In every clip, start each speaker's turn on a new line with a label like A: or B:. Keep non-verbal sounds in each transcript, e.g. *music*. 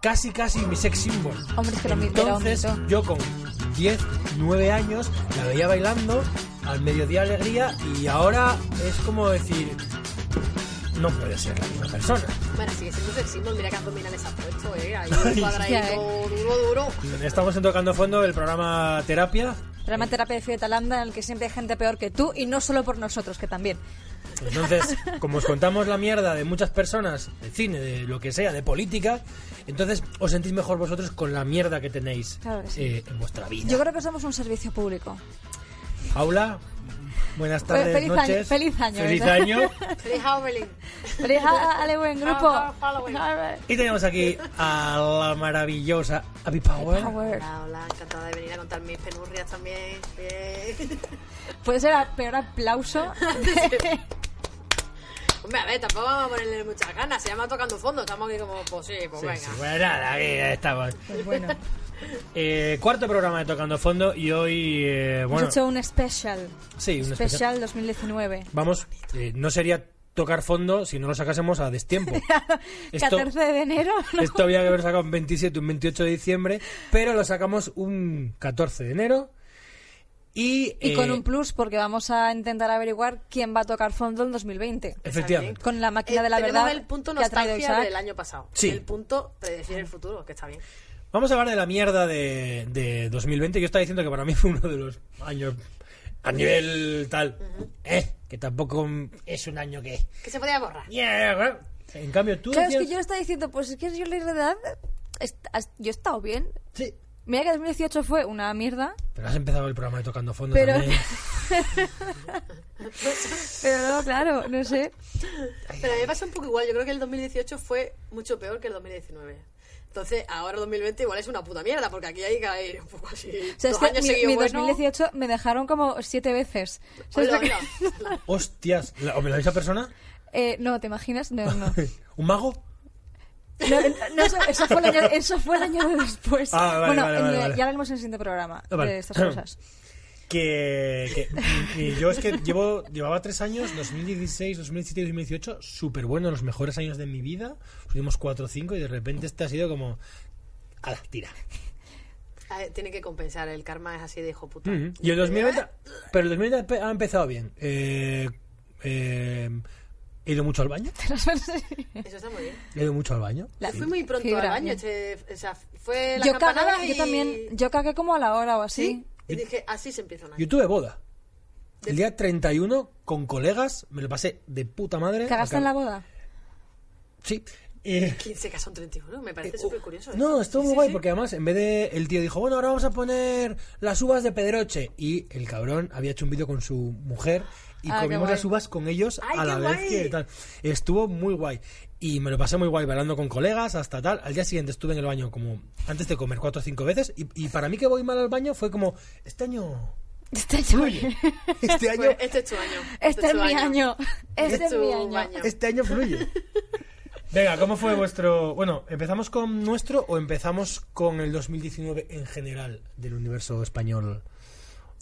A: Casi, casi mi sex symbol.
B: Hombre, es que lo mismo era un
A: Entonces,
B: mito.
A: yo con 10, 9 años la veía bailando al mediodía alegría y ahora es como decir, no puede ser la misma persona.
C: Bueno, sigue siendo un símbolo, mira que abdominales has puesto, eh.
B: *laughs*
C: Ahí un
B: Ya, eh.
C: cuadradito duro,
B: *laughs*
C: duro.
A: Estamos en Tocando Fondo del programa Terapia.
B: Drama terapia de Fietalanda en el que siempre hay gente peor que tú y no solo por nosotros, que también. *laughs*
A: Entonces, como os contamos la mierda de muchas personas, de cine, de lo que sea, de política, entonces os sentís mejor vosotros con la mierda que tenéis
B: Claro que sí.
A: eh, en vuestra vida.
B: Yo creo que somos un servicio público.
A: Paula, buenas tardes,
B: Feliz año-
A: noches.
B: feliz año, ¿eh?
A: Feliz
B: eso.
A: año.
B: *laughs*
C: Feliz Halloween.
B: Pero ya, ale, buen grupo.
C: Ah, ah, following.
B: Ah,
A: Y tenemos aquí a la maravillosa Abby Power.
B: power.
C: Hola, hola, encantada de venir a contar mis penurrias también. Bien. *laughs*
B: Puede ser el peor aplauso. *laughs*
C: Hombre, a ver, tampoco vamos a ponerle muchas ganas. Se llama tocando fondo, estamos aquí como, pues sí, pues
A: Sí,
C: venga.
A: sí, bueno, nada, aquí estamos.
B: Pues bueno,
A: Eh, cuarto programa de Tocando Fondo y hoy, eh, bueno,
B: hemos hecho un special.
A: sí, un especial.
B: Special 2019.
A: Vamos, eh, no sería tocar fondo si no lo sacásemos a
B: *laughs*
A: destiempo. Esto-
B: 14 de enero. ¿no?
A: Esto había que haber sacado un 27, un 28 de diciembre, pero lo sacamos un 14 de enero. Y,
B: Y con
A: eh,
B: un plus porque vamos a intentar averiguar quién va a tocar fondo en 2020.
A: Efectivamente.
B: Con la máquina
C: Eh,
B: de la
C: tenemos
B: verdad
C: el punto
B: que ha traído
C: nostalgia
B: Isaac.
C: del año pasado.
A: Sí.
C: El punto predecir el futuro, que está bien.
A: Vamos a hablar de la mierda de, de 2020. Yo estaba diciendo que para mí fue uno de los años a nivel tal. eh, que tampoco es un año que...
C: Que se podía borrar.
A: Yeah, bueno. En cambio, tú...
B: Claro, es que
A: decías-
B: yo le estaba diciendo, pues es que yo la verdad, est- has- yo he estado bien.
A: Sí.
B: Mira que 2018 fue una mierda,
A: Pero has empezado el programa de Tocando Fondo
B: Pero- *laughs*
A: también.
B: pero no, claro, no sé.
C: Pero a mí me pasa un poco igual. Yo creo que el 2018 fue mucho peor que el 2019. Entonces, ahora el 2020 igual es una puta mierda, porque aquí hay que ir un poco así.
B: O sea,
C: dos
B: es que
C: años
B: mi,
C: seguidos
B: mi
C: bueno.
B: 2018 me dejaron como siete veces. O sea, es
C: Hola,
B: lo que-
C: hola.
A: Hostias. ¿la- ¿O me la habéis a persona?
B: *laughs* Eh, no, ¿te imaginas? No, no.
A: *laughs* ¿Un mago?
B: No, no, eso, eso fue el año, eso fue el año de después.
A: Ah, vale,
B: bueno,
A: vale,
B: en-
A: vale, vale.
B: ya hablaremos en el siguiente programa
A: Ah, vale.
B: de
A: *clears throat*
B: estas cosas.
A: Que, que- y- y yo es que llevo llevaba tres años, 2016, 2017 y 2018, súper bueno, los mejores años de mi vida. Fuimos cuatro o cinco y de repente este ha sido como... A la tira.
C: A ver, Ah, Tiene que compensar, el karma es así de hijo puta.
A: Mm, Y el 2020... Pero el 2020 ha empezado bien. Eh, eh, he ido mucho al baño.
C: Eso está muy bien.
A: He ido mucho al baño.
B: La-
C: Yo fui muy pronto
B: Fibra,
C: al baño,
B: bien.
C: este- o sea, fue la
B: Yo
C: campanada
B: cagué,
C: y...
B: yo también, yo cagué como a la hora o así.
C: ¿Sí? Y dije, así se empieza un año.
A: Yo tuve boda. El día 31 con colegas, me lo pasé de puta madre.
B: ¿Cagaste
A: Acab-
B: en la boda?
A: Sí. Eh,
C: 15 que son 31, me parece
A: Eh,
C: súper
A: uh,
C: curioso.
A: No,
C: esto
A: estuvo muy guay porque además en vez de el tío dijo, bueno, ahora vamos a poner las uvas de Pedroche y el cabrón había hecho un vídeo con su mujer y
B: Ah, qué
A: comimos
B: guay.
A: las uvas con ellos
C: Ay,
A: a
C: qué
A: la vez
C: guay.
A: que tal. Estuvo muy guay y me lo pasé muy guay bailando con colegas hasta tal. Al día siguiente estuve en el baño como antes de comer cuatro o cinco veces y, y para mí que voy mal al baño fue como este año
B: Este año-
C: *laughs*
A: fluye, este año
C: este es tu año.
B: Este es mi año. Este
C: Este
B: es
C: tu
B: mi año.
C: año.
A: este año fluye. *laughs* Venga, ¿cómo fue vuestro...? Bueno, ¿empezamos con nuestro o empezamos con el 2019 en general del universo español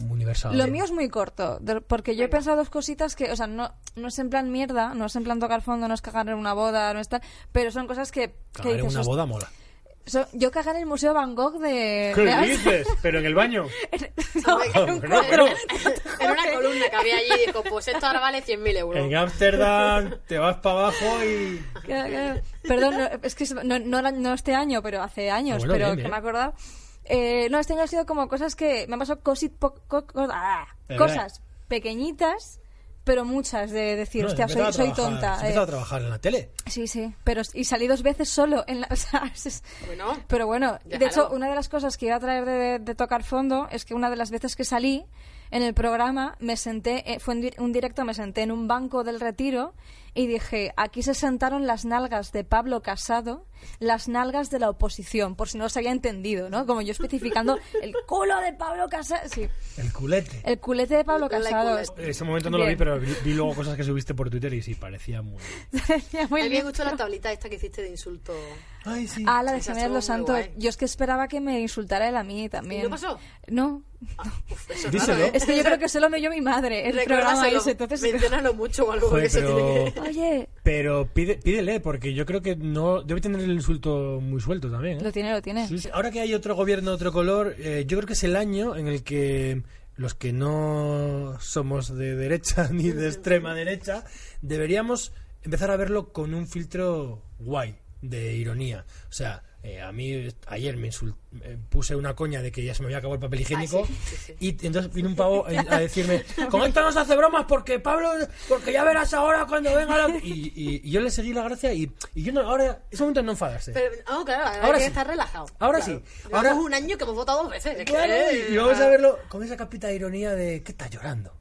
A: universal?
B: Lo mío es muy corto, de- porque yo he pensado dos cositas que, o sea, no, no es en plan mierda, no es en plan tocar fondo, no es cagar en una boda, no es tal, pero son cosas que, que
A: Cagar en
B: dices,
A: una
B: "Host-
A: boda mola.
B: so- yo cagué en el Museo Van Gogh de... de-
A: ¿Pero en el
B: *laughs*
A: baño?
B: No,
C: *laughs* Hombre,
B: en Eh, un
A: no,
B: cuadro.
A: no.
C: En una columna que había allí, dijo, pues esto ahora vale 100.000 euros.
A: En Ámsterdam te vas para abajo y...
B: Claro, claro. Perdón, no, es que no, no, era- no este año, pero hace años,
A: Bueno,
B: pero
A: bien,
B: que
A: bien.
B: me he acordado. Eh, no, este año ha sido como cosas que me han pasado cosi- po- co- co- ah,
A: Es
B: cosas pequeñitas, pero muchas de decir,
A: No, se
B: hostia,
A: empezaba
B: soy,
A: a
B: soy
A: trabajar-
B: tonta.
A: Se
B: eh.
A: empezaba a trabajar en la tele.
B: Sí, sí, pero y salí dos veces solo en la... *laughs* o sea, es-
C: Bueno,
B: pero bueno, de
C: Déjalo.
B: hecho, una de las cosas que iba a traer de, de tocar fondo es que una de las veces que salí en el programa me senté, eh, fue en di- un directo, me senté en un banco del retiro y dije, aquí se sentaron las nalgas de Pablo Casado, las nalgas de la oposición, por si no se había entendido, ¿no? Como yo
C: *laughs*
B: especificando el culo de Pablo Casado, sí,
A: El culete.
B: el culete de Pablo
C: La
B: Casado.
C: culete.
A: Ese momento no lo vi,
B: Bien.
A: pero vi, vi luego cosas que subiste por Twitter y sí, parecía muy...
B: Tenía *laughs* muy
C: A mí me
B: lindo.
C: gustó la tablita esta que hiciste de insulto.
A: Ay, sí.
B: Ah, la de
C: Esa
B: Jiménez
C: estuvo
B: Los
C: muy
B: Santos.
C: guay.
B: Yo es que esperaba que me insultara él a mí también.
C: ¿Y no pasó?
B: No.
C: Uf, eso es
A: Díselo.
C: raro, ¿eh?
B: Es que yo creo que solo me oyó mi madre el programa
C: Recuérdaselo,
B: ese. Entonces,
C: Menciónalo mucho o algo
A: Joder,
C: que se
A: pero-
C: tiene que...
B: oye,
A: Pero pide- pídele, porque yo creo que no debe tener el insulto muy suelto también. ¿eh?
B: lo tiene, lo tiene.
A: Sí, sí. Ahora que hay otro gobierno, otro color, eh, yo creo que es el año en el que los que no somos de derecha *laughs* ni de extrema derecha deberíamos empezar a verlo con un filtro guay de ironía. O sea, eh, a mí eh, ayer me insult- eh, puse una coña de que ya se me había acabado el papel higiénico y entonces vino un pavo eh, a decirme, con esto no se hace bromas porque Pablo, porque ya verás ahora cuando venga la... Y, y- y yo le seguí la gracia y, y yo no, ahora es un momento de no enfadarse.
C: Pero, ah, claro, ahora,
A: Ahora
C: hay que
A: sí.
C: estar relajado.
A: Ahora
C: Claro.
A: sí.
C: Llevamos
A: Ahora-
C: un año que hemos votado dos veces. es que-
A: Claro, y vamos a verlo con esa capita de ironía de ¿qué estás llorando?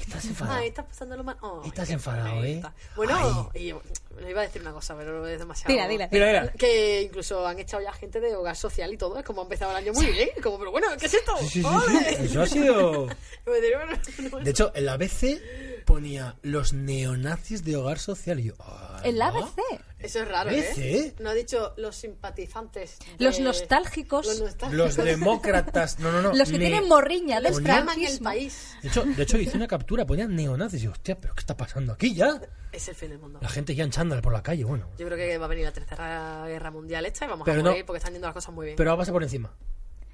A: Estás enfadado.
C: Ay, estás pasándolo mal. Oh,
A: Estás
C: qué
A: enfadado,
C: correcta.
A: ¿eh?
C: Bueno, eh, y, le iba a decir una cosa, pero es demasiado.
B: Dila, dila.
A: Mira, mira.
C: Que incluso han echado ya gente de hogar social y todo. Es como ha empezado el año muy bien. Como, pero bueno, ¿qué es esto?
A: Sí, sí, sí,
C: ¡Ole!
A: sí. Eso ha sido. *laughs* De
C: De
A: hecho, el ABC ponía los neonazis de hogar social. Y yo, "Ah,
B: El
A: ¿no?".
B: ABC.
C: *laughs* Eso es raro,
A: ¿Ese?
C: ¿eh? No ha dicho los simpatizantes. de-
B: Los nostálgicos.
C: Eh, Los nostálgicos.
A: Los demócratas. No, no, no.
B: Los que
A: ne-
B: tienen morriña del
C: *laughs* Los que aman el
B: franquismo.
C: país.
A: de hecho, de hecho, hice una captura, ponían neonazis. Y yo, hostia, ¿pero qué está pasando aquí ya?
C: Es el fin del mundo.
A: La gente ya en chándal por la calle, bueno.
C: Yo creo que va a venir la tercera guerra mundial esta y vamos
A: Pero
C: a
A: no-
C: morir porque están yendo las cosas muy bien.
A: Pero va a pasar por encima.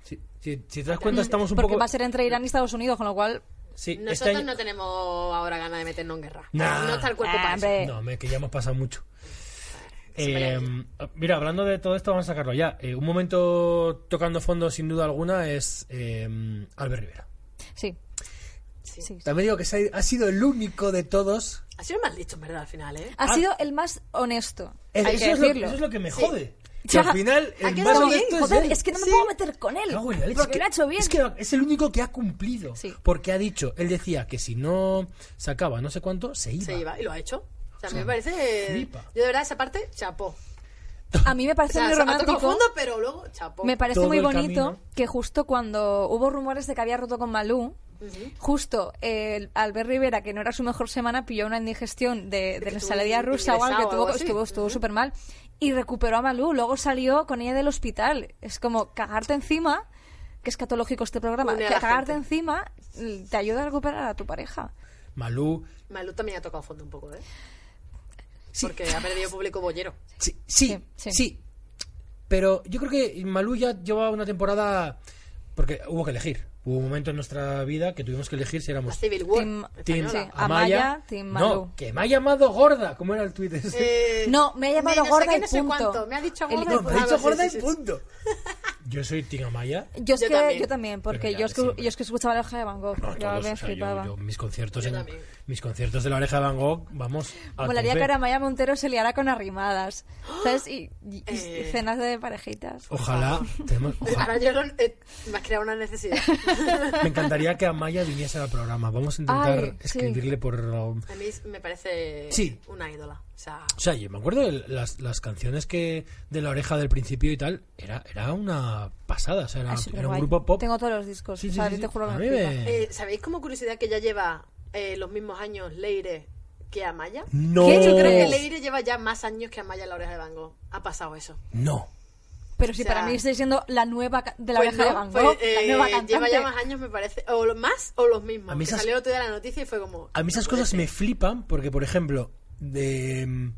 A: Si, si- si te das
C: Mm,
A: cuenta, estamos un
B: Porque
A: poco.
B: va a ser entre Irán y Estados Unidos, con lo cual.
A: Sí, este
C: Nosotros
A: año-
C: no tenemos ahora ganas de meternos en guerra.
A: Nah.
C: No está el cuerpo
B: Ah,
C: para eso.
B: hombre. Eh.
A: No, me, que ya hemos pasado mucho.
C: Siempre
A: Eh, mira, hablando de todo esto, vamos a sacarlo ya. Eh, un momento tocando fondo, sin duda alguna, es eh, Albert Rivera.
B: Sí.
C: Sí.
B: sí.
A: También digo que se ha ha sido el único de todos.
C: Ha sido mal dicho, en verdad, al final, ¿eh?
B: Ha
A: Ah.
B: sido el más honesto.
A: Es-
B: hay
A: eso,
B: que
A: es lo,
B: decirlo.
A: eso es lo que me jode. Que
B: Ya.
A: al final,
C: Ha
A: el
C: quedado
A: más
C: bien,
A: honesto
B: Joder,
A: es él.
B: es que no me
A: Sí.
B: puedo meter con él.
A: Me cago en la leche.
B: porque
A: Es
B: lo ha hecho bien.
A: Es que es el único que ha cumplido.
B: Sí.
A: Porque ha dicho, él decía que si no sacaba no sé cuánto, se iba.
C: Se iba y lo ha hecho. O sea, a mí me parece.
A: Flipa.
C: Yo de verdad esa parte, chapó.
B: A mí me
C: O
B: parece
C: sea,
B: muy
C: se ha tocado
B: romántico.
C: fondo, pero luego chapó.
B: Me parece
A: Todo
B: muy
A: el
B: bonito
A: camino.
B: que justo cuando hubo rumores de que había roto con Malú, justo eh, el Albert Rivera, que no era su mejor semana, pilló una indigestión de, de la
C: estuvo
B: ensaladilla rusa o algo
C: ingresado
B: que
C: o
B: tuvo,
C: algo así.
B: estuvo, estuvo súper mal y recuperó a Malú. Luego salió con ella del hospital. Es como cagarte encima, que es catológico este programa,
C: Une a
B: que
C: la
B: cagarte
C: gente.
B: encima mm, te ayuda a recuperar a tu pareja.
A: Malú.
C: Malú también ha tocado fondo un poco, ¿eh?
A: Sí.
C: Porque ha perdido público bollero.
A: Sí, sí,
B: Sí, sí.
A: sí. Pero yo creo que Malú ya llevaba una temporada porque hubo que elegir. Hubo un momento en nuestra vida que tuvimos que elegir si
C: La
A: éramos
C: Civil War.
B: Team-
C: española.
B: Sí. Amaya,
A: Amaya,
B: team Malú.
A: No, que me ha llamado gorda, como era el tuit ese.
C: Eh,
B: No, me ha llamado
C: no sé
B: gorda
C: qué,
B: y
C: no sé
B: punto.
C: cuánto. Me ha dicho
B: El-
C: gorda
A: *laughs*
C: y
A: no, me ha
C: punto.
A: dicho
C: Sí,
A: gorda
C: sí,
A: y
C: sí, sí. *laughs*
A: punto. Yo soy Team Amaya.
B: Yo, es
C: Yo
B: que,
C: también.
B: yo también, porque
A: Pero ya
B: yo, es
A: de
B: que,
A: siempre.
B: yo es que escuchaba la hoja de Van Gogh.
A: No,
B: yo
A: todos,
B: me
A: o sea, yo-
B: flipaba.
A: yo- mis conciertos
C: Yo
A: en-
C: también.
A: mis conciertos de la oreja de Van Gogh, vamos a
B: Molaría
A: tope.
B: que ahora Maya Montero se liara con
C: *gasps*
B: arrimadas, ¿sabes? Y, y- y
C: Eh.
B: cenas de parejitas.
A: Ojalá,
B: Ah.
A: tenemos- ojalá.
B: *laughs*
C: *laughs* Ahora yo no, eh, me has creado una necesidad.
A: Me encantaría que Amaya viniese al programa. Vamos a intentar
B: Ay, sí.
A: escribirle por um,
C: A mí me parece
A: Sí.
C: una ídola. O sea,
A: O sea, yo me acuerdo de las, las canciones que de la oreja del principio y tal, era, era una pasada, o sea, era,
B: Ah, súper
A: era un
B: guay.
A: grupo pop.
B: Tengo todos los discos.
A: Sí,
B: o
A: sí,
B: sea,
A: sí,
B: yo te
A: sí.
B: juro que
A: A mí
B: me flipa.
A: me-
C: eh, ¿sabéis como curiosidad que ya lleva eh, los mismos años Leire que Amaya?
A: No,
B: ¿Qué?
C: Yo creo que
B: Oh.
C: Leire lleva ya más años que Amaya en la oreja de Van Gogh. Ha pasado eso.
A: no.
B: Pero si
C: o sea,
B: para mí estáis siendo la nueva ca- de la
C: Pues
B: oreja de
C: no,
B: Van
C: pues,
B: Gogh,
C: eh,
B: la nueva
C: lleva
B: cantante.
C: ya más años, me parece. O lo- más o los mismos.
A: A mí
C: que
A: esas-
C: salió el otro día la noticia y fue como.
A: A mí esas cosas me flipan porque, por ejemplo, de mm,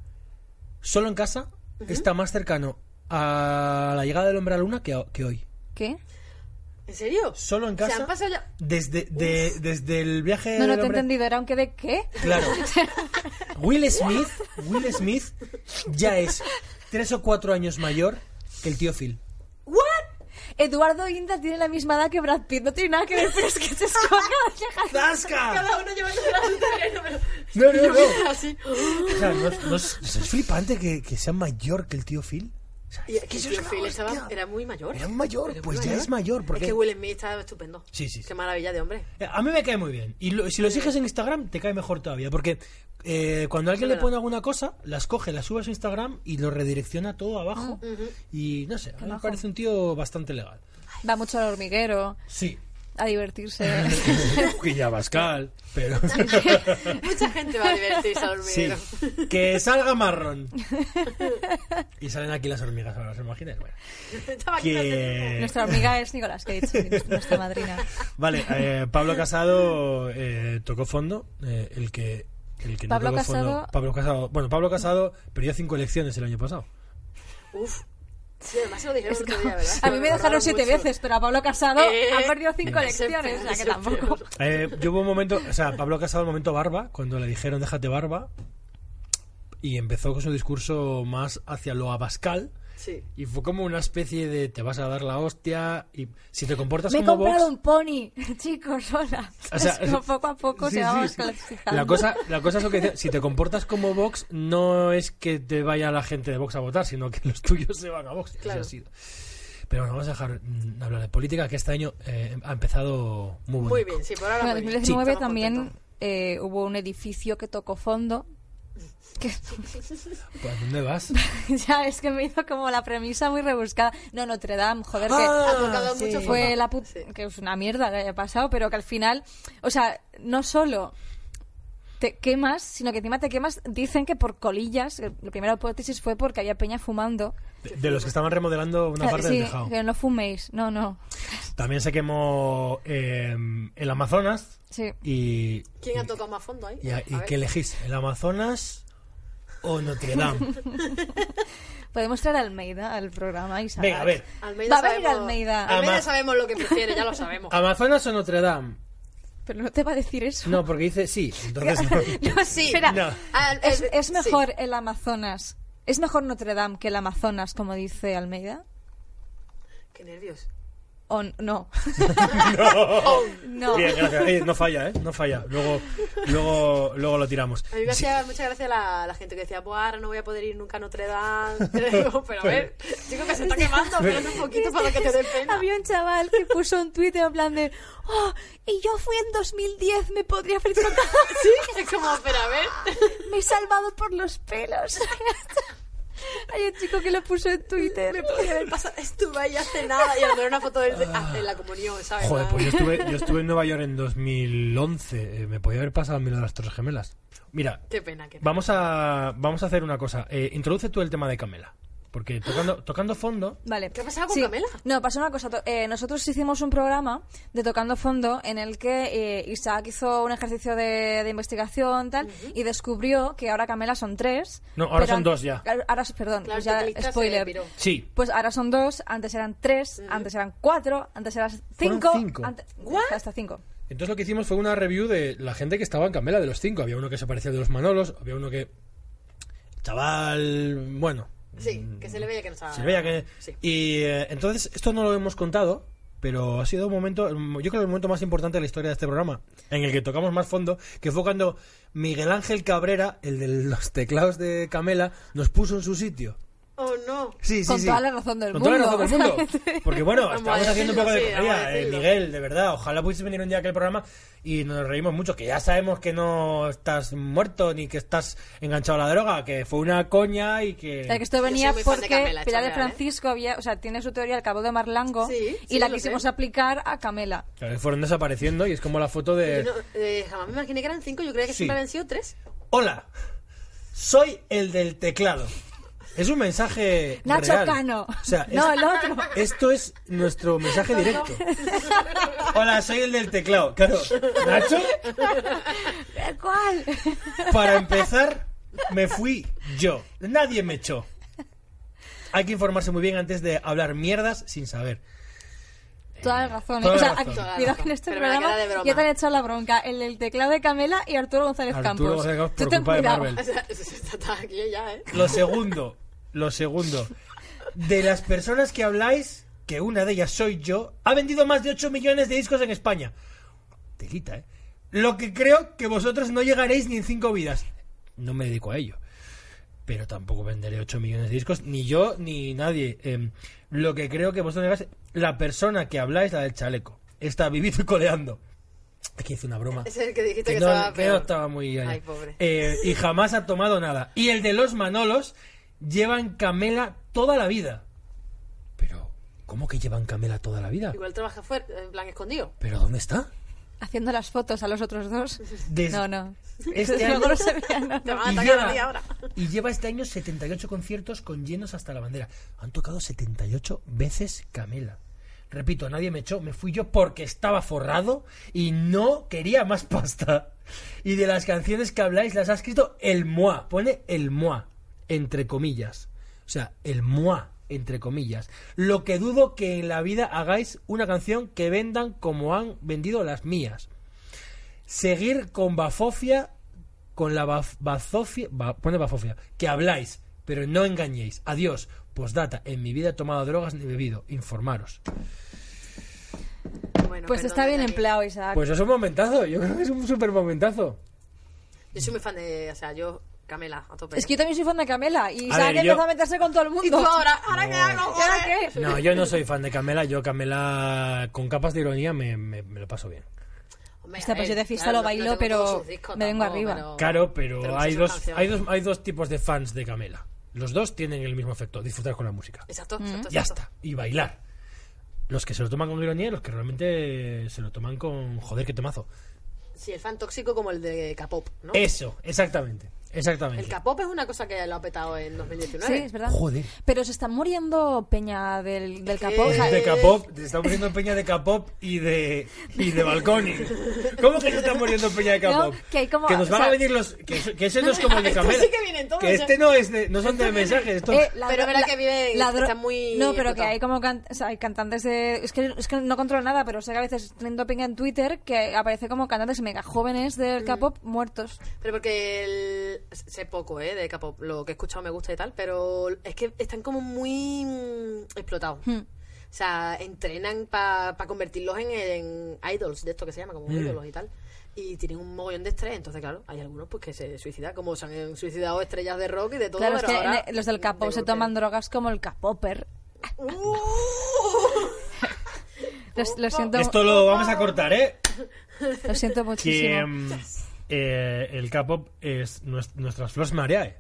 A: solo en casa está más cercano a la llegada del hombre a la luna que, a- que hoy.
B: ¿Qué?
A: Eh,
C: ¿En serio?
A: Solo en
C: Se
A: casa.
C: han pasado ya.
A: Desde, de- desde el viaje
B: No, no
A: del
B: te he
A: hombre-
B: entendido. Era aunque de qué. *laughs*
A: Claro. Will Smith, Will Smith ya es tres o cuatro años mayor que el tío Phil.
C: ¿What?
B: Eduardo Inda tiene la misma edad que Brad Pitt. No tiene nada que ver, pero es que se escoja.
A: ¡Zasca!
C: Cada uno lleva *laughs* su terreno,
A: No,
C: pero.
A: no, no.
C: *laughs* Así.
A: O sea, ¿no es, no es- es flipante que, que sea mayor que el tío Phil? O
C: Y que Tío Phil estaba- era muy mayor.
D: Era un mayor,
C: Era muy
D: pues ya es mayor, porque-
C: Es que Will Smith estaba estupendo.
A: Sí, sí, sí.
C: Qué maravilla
A: *laughs*
C: de hombre.
A: Eh, A mí me cae muy bien. Y lo- si lo sigues en Instagram, te cae mejor todavía. Porque eh, cuando alguien le
C: verdad.
A: pone alguna cosa, las coge, las sube a su Instagram y lo redirecciona todo abajo. Y no sé, a mí me parece un tío bastante legal.
B: *laughs* Va mucho al hormiguero,
A: Sí.
B: a divertirse.
A: *laughs* que ya Pascal,
C: *laughs*
A: pero.
C: Mucha gente va a divertirse al
A: sí.
C: hormiguero.
A: Que salga marrón. Y salen aquí las hormigas ahora, ¿os imagináis? Bueno.
C: *laughs* Estaba aquí
A: Que-
B: Nuestra hormiga es Nicolas Cage, nuestra madrina.
A: *laughs* Vale, eh, Pablo Casado eh, tocó fondo. eh, el que, el que no
B: Pablo
A: tocó fondo-
B: Casado-
A: Pablo Casado. Bueno, Pablo Casado perdió cinco elecciones el año pasado.
C: Uf. Sí, además se lo dijeron
B: Es
C: el otro
B: como-
C: día, ¿verdad?
B: *laughs* a mí me dejaron
C: Lo
B: siete
C: recordaron
B: veces, pero a Pablo Casado
C: Eh,
B: ha perdido cinco
C: ese
B: elecciones, o sea
C: peor,
B: que
C: ese
B: tampoco.
C: peor.
A: Eh, yo hubo un momento, o sea, Pablo Casado el momento barba, cuando le dijeron déjate barba, y empezó con su discurso más hacia lo abascal,
C: Sí.
A: y fue como una especie de te vas a dar la hostia, y si te comportas
B: Me he
A: como Vox...
B: comprado un pony, *laughs* chicos, hola.
A: o sea,
B: Es como poco a poco
A: sí,
B: se va
A: sí, sí.
B: masculinizando.
A: La cosa, la cosa es lo que decía, si te comportas como Vox, no es que te vaya la gente de Vox a votar, sino que los tuyos se van a Vox. y así
C: Claro.
A: ha sido. Pero bueno, vamos a dejar mm, hablar de política, que este año eh, ha empezado muy bueno.
C: Muy bien, sí, por ahora
B: Bueno, en
C: muy bien.
B: 2019
C: Estamos
B: también
C: contentos.
B: eh, hubo un edificio que tocó fondo. Que *laughs*
A: Pues, ¿Dónde
C: *laughs*
A: vas?
B: ya es que me hizo como la premisa muy rebuscada. No, Notre Dame, joder,
A: Ah,
C: Ha tocado
A: sí.
C: mucho
B: que fue
C: fondo.
B: la puta.
C: Sí.
B: que es una mierda que haya pasado, pero que al final, o sea, no solo te quemas, sino que encima te quemas. Dicen que por colillas, que la primera hipótesis fue porque había peña fumando.
A: De, de los que estaban remodelando una
C: Ah,
B: Eh,
A: parte
B: sí,
A: del tejado.
B: que no fuméis, no, no.
A: También se quemó eh, el Amazonas
B: Sí.
A: y...
C: ¿Quién ha tocado más fondo ahí?
A: y, a- y
C: A ver.
A: qué elegís? ¿El Amazonas o Notre
C: *laughs*
A: Dame?
B: Podemos traer a Almeida al programa y
A: Venga, a ver. Ah.
C: Almeida
B: Va a venir
C: sabemos-
B: Almeida.
A: Ama-
C: Almeida sabemos lo que prefiere, ya
A: *laughs*
C: lo sabemos.
A: ¿Amazonas o Notre Dame?
B: Pero no te va a decir eso. *laughs*
A: No, porque dice sí. Entonces...
B: No, espera.
A: no.
C: Ah,
B: Es,
C: eh,
B: es
C: sí.
B: mejor el Amazonas. Es mejor Notre Dame que el Amazonas, como dice Almeida.
C: Qué nervios.
B: ¿O n-
A: *laughs*
B: no? no.
A: Bien, gracias. Eh, no falla, ¿eh? No falla. Luego, luego, luego lo tiramos.
C: A mí me hacía mucha gracia la, la gente que decía, Buah, ahora no voy a poder ir nunca a Notre Dame. Pero, pero a ver, digo que se está quemando, pero un poquito para que te dé pena.
B: Había un chaval que puso un tuit en plan de "Oh, y yo fui en 2010, me podría haber tocado.
C: *laughs* Sí, es como, pero a ver. *laughs*
B: Me he salvado por los pelos. *laughs* Hay un chico que lo puso en Twitter.
C: Me podría haber pasado, estuve ahí hace nada y a poner una foto del- hace la comunión, ¿sabes?
A: Joder,
C: Ah,
A: pues yo estuve, yo estuve en Nueva York en 2011. Eh, me podía haber pasado a mí lo de las Torres Gemelas. Mira,
C: Qué pena, qué pena.
A: vamos a, vamos a hacer una cosa. Eh, introduce tú el tema de Camela. Porque tocando, tocando fondo...
B: Vale.
C: ¿Qué ha pasado con Camela?
B: No, pasó una cosa. To- eh, nosotros hicimos un programa de Tocando Fondo en el que eh, Isaac hizo un ejercicio de, de investigación tal, y descubrió que ahora Camela son tres.
A: No, ahora
B: pero
A: son
B: an-
A: dos ya.
B: Claro, Ahora, perdón,
C: Claro,
B: pues
C: el teclista se
B: ya spoiler.
C: piró.
A: Sí.
B: Pues ahora son dos, antes eran tres, antes eran cuatro, antes eran cinco.
A: cinco.
B: ante-
C: Mm. ¿What?
B: hasta cinco.
A: Entonces lo que hicimos fue una review de la gente que estaba en Camela, de los cinco. Había uno que se parecía de los Manolos, había uno que... Chaval... Bueno.
C: Sí, que se le veía que no estaba.
A: Se veía que...
C: Sí.
A: Y eh, entonces, esto no lo hemos contado, pero ha sido un momento, yo creo el momento más importante de la historia de este programa, en el que tocamos más fondo, que fue cuando Miguel Ángel Cabrera, el de los teclados de Camela, nos puso en su sitio.
C: Oh, no.
A: Sí, sí,
B: Con
A: sí.
B: toda la razón del
A: Con toda la
B: mundo.
A: razón del mundo. Porque bueno,
C: Vamos
A: estamos
C: a
A: haciendo un poco de
C: decirlo, sí, vamos a
A: comedia, eh,
C: decirlo.
A: Miguel, de verdad. Ojalá pudieses venir un día a aquel programa y nos reímos mucho. Que ya sabemos que no estás muerto ni que estás enganchado a la droga, que fue una coña y que.
B: O sea, que esto
C: Yo soy
B: venía
C: muy fan de
B: porque
C: Camela,
B: Pilar de
C: chaval, ¿eh?
B: Francisco había, o sea, tiene su teoría el cabo de Marlango
C: Sí,
B: y
C: sí,
B: la
C: lo
B: quisimos
C: sé.
B: aplicar a Camela.
A: Claro, que fueron desapareciendo y es como la foto de.
C: Yo no- eh, jamás me imaginé que eran cinco, yo creía que
A: Sí.
C: siempre habían sido tres.
A: Hola, soy el del teclado. Es un mensaje.
B: Nacho
A: real.
B: Cano.
A: O sea, es-
B: No, el otro.
A: Esto es nuestro mensaje directo. Hola, soy el del teclado. Claro, Nacho,
B: ¿Cuál?
A: para empezar, me fui yo. Nadie me echó. Hay que informarse muy bien antes de hablar mierdas sin saber.
B: *laughs* Toda la razón. ¿eh?
A: Toda
B: o sea,
A: la razón.
B: aquí-
C: Toda la
B: cuidado
C: razón.
B: en este
C: Pero me la
B: programa
C: queda de broma.
B: ya te han echado la bronca. El del teclado de Camela y Arturo González
A: Arturo
B: Campos.
A: González Campos
B: Tú
A: por
B: ten
A: culpa de
B: cuidado.
A: Marvel.
C: O sea, *laughs* está, está aquí ya, ¿eh?
A: Lo segundo, lo segundo. De las personas que habláis, que una de ellas soy yo, ha vendido más de 8 millones de discos en España. Telita, ¿eh? Lo que creo que vosotros no llegaréis ni en cinco vidas. No me dedico a ello. pero tampoco venderé 8 millones de discos, ni yo ni nadie. Em, lo que creo que vosotros negáis, la persona que habláis, la del chaleco, está vivido y coleando. Es que hice una broma.
C: Es el que dijiste
A: Que
C: que,
A: no,
C: estaba
A: que no
C: peor.
A: estaba muy ahí.
C: Ay, pobre.
A: Eh, y jamás ha tomado nada. Y el de los Manolos llevan Camela toda la vida. Pero, ¿cómo que llevan Camela toda la vida?
C: Igual trabaja fuera, en plan escondido.
A: ¿Pero dónde está?
B: Haciendo las fotos a los otros dos.
A: Des-
B: No, no.
A: Este
B: *laughs* no,
A: año-
B: no lo sabía, no,
C: Te
B: no.
C: van a
A: Y
C: atacar
A: lleva-
C: a ti ahora.
A: Y lleva este año 78 conciertos con llenos hasta la bandera. Han tocado 78 veces Camela. Repito, nadie me echó, me fui yo porque estaba forrado y no quería más pasta. Y de las canciones que habláis las ha escrito el Moa. Pone el Moa, entre comillas. O sea, el Moa, entre comillas. Lo que dudo que en la vida hagáis una canción que vendan como han vendido las mías. Seguir con Bafofia con la baf- bazofia, ba- pone bazofia, que habláis, pero no engañéis. Adiós. Postdata, en mi vida he tomado drogas ni bebido. Informaros.
C: Bueno,
B: Pues
C: perdón,
B: está bien
C: Dani.
B: empleado, Isaac.
A: Pues es un momentazo, yo creo que es un super momentazo.
C: Yo soy muy fan de. O sea, yo. Camela, a tope.
B: es que yo también soy fan de Camela y Isaac
A: ver, yo-
B: empezó a meterse con todo el
C: ¿Y tú
B: mundo.
C: ahora? ¿Ahora
A: No.
C: qué hago?
B: ¿Y ahora
C: joder?
B: qué?
A: No, yo no soy fan de Camela, yo Camela con capas de ironía me, me- me lo paso bien.
C: Hombre,
B: Hostia,
C: a
B: pues
C: ver,
B: yo de fiesta lo
C: claro, no- no
B: bailo,
C: tengo
B: pero
C: todos sus discos
B: me vengo
C: tampoco,
B: arriba.
A: Claro, pero
C: tenemos
A: hay
C: sus
A: dos,
C: Oh. canciones.
A: hay, dos, hay dos tipos de fans de Camela. Los dos tienen el mismo efecto, disfrutar con la música.
C: Exacto,
B: Mm.
C: exacto,
A: Ya
C: exacto.
A: está, y bailar. Los que se lo toman con ironía y los que realmente se lo toman con joder, qué temazo.
C: Sí, el fan tóxico como el de K-pop, ¿no?
A: Eso, exactamente. Exactamente.
C: El K-pop es una cosa que lo ha petado en
B: Sí,
C: 2019.
B: es verdad.
A: Joder.
B: Pero se está muriendo Peña del, del
C: que-
B: capó. O sea,
A: de K-pop, se está muriendo peña de K-pop y de y de Balconi. ¿Cómo que se está muriendo peña de K-pop?
B: No, que hay como-
A: nos
B: o
A: van a
B: sea-
A: venir los que, eso- que ese no es como el de
C: Esto
A: Camela.
C: sí que vienen todos,
A: Que este
C: ¿eh?
A: no es de, no son de mensajes, esto
B: Eh, la
C: Pero
B: dro-
C: verá que vive-
B: la
C: está muy
B: No, pero que
C: explotado.
B: hay como can- o sea, hay cantantes de... Es que, es que no controlo nada, pero sé que a veces trendo pinga en Twitter que aparece como cantantes mega jóvenes del
C: Mm.
B: K-pop muertos.
C: Pero porque el- sé poco, ¿eh? De K-pop, lo que he escuchado me gusta y tal, pero es que están como muy mm, explotados.
B: Hmm.
C: O sea, entrenan para convertirlos en, en idols, de esto que se llama,
B: Hmm.
C: como ídolos y tal. Y tienen un mogollón de estrés, entonces, claro, hay algunos pues que se suicidan, como se han suicidado estrellas de rock y de todo.
B: claro, es
C: pero
B: que
C: ahora,
B: en- eh, los del K-pop
C: de
B: se
C: golpe. ¡Uh!
B: toman drogas como el K-popper. Lo, lo siento,
A: esto lo vamos a cortar, ¿eh?
B: lo siento muchísimo.
A: *laughs* Que mm, eh, el K-pop es nues- nuestras flores mareae.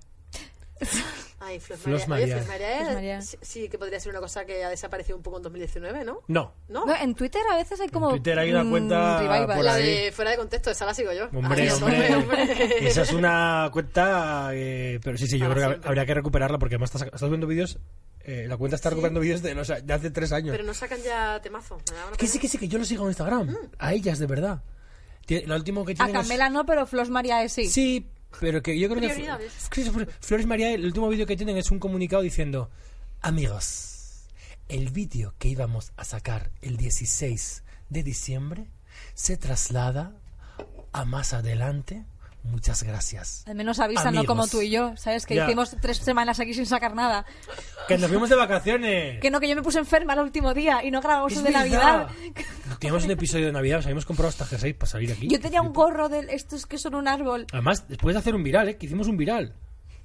C: Ay, Flor
A: Flos
C: María.
A: María.
C: Oye, Flos María,
B: Flos María.
C: Sí, sí, que podría ser una cosa que ha desaparecido un poco en 2019, ¿no?
A: No.
C: ¿No?
B: No, en Twitter a veces hay como...
A: Twitter hay una
B: mm,
A: cuenta
B: revival.
A: por
C: la
A: ahí.
C: de fuera de contexto, esa la sigo yo.
A: Hombre,
C: Ay,
A: hombre, Esa es una cuenta. eh, pero sí, sí, yo
C: Para
A: creo que
C: siempre.
A: habría que recuperarla porque además estás, estás viendo vídeos. eh, la cuenta está recuperando vídeos de, los- de hace tres años.
C: Pero no sacan ya temazo. me da una
A: Que
C: pena.
A: sí, que sí, que yo lo sigo en Instagram. A ellas, de verdad. Tie- Lo último que
B: Mm. A
A: tienen es-
B: Camela no, pero Flos María sí.
A: Sí, pero que yo creo que...
C: Prioridades.
A: que Flor- Flores María, el último vídeo que tienen es un comunicado diciendo... Amigos, el vídeo que íbamos a sacar el 16 de diciembre se traslada a más adelante. Muchas gracias.
B: Al menos avisan,
A: Amigos.
B: no como tú y yo, ¿sabes? Que
A: Ya.
B: hicimos tres semanas aquí sin sacar nada.
A: ¡Que nos fuimos de vacaciones!
B: Que no, que yo me puse enferma el último día y no grabamos
A: ¡Es
B: el de
A: verdad!
B: Navidad.
A: Teníamos un episodio de Navidad, nos habíamos comprado hasta jersey para salir aquí.
B: Yo tenía un gorro de estos que son un árbol.
A: Además, después de hacer un viral, ¿eh? Que hicimos un viral.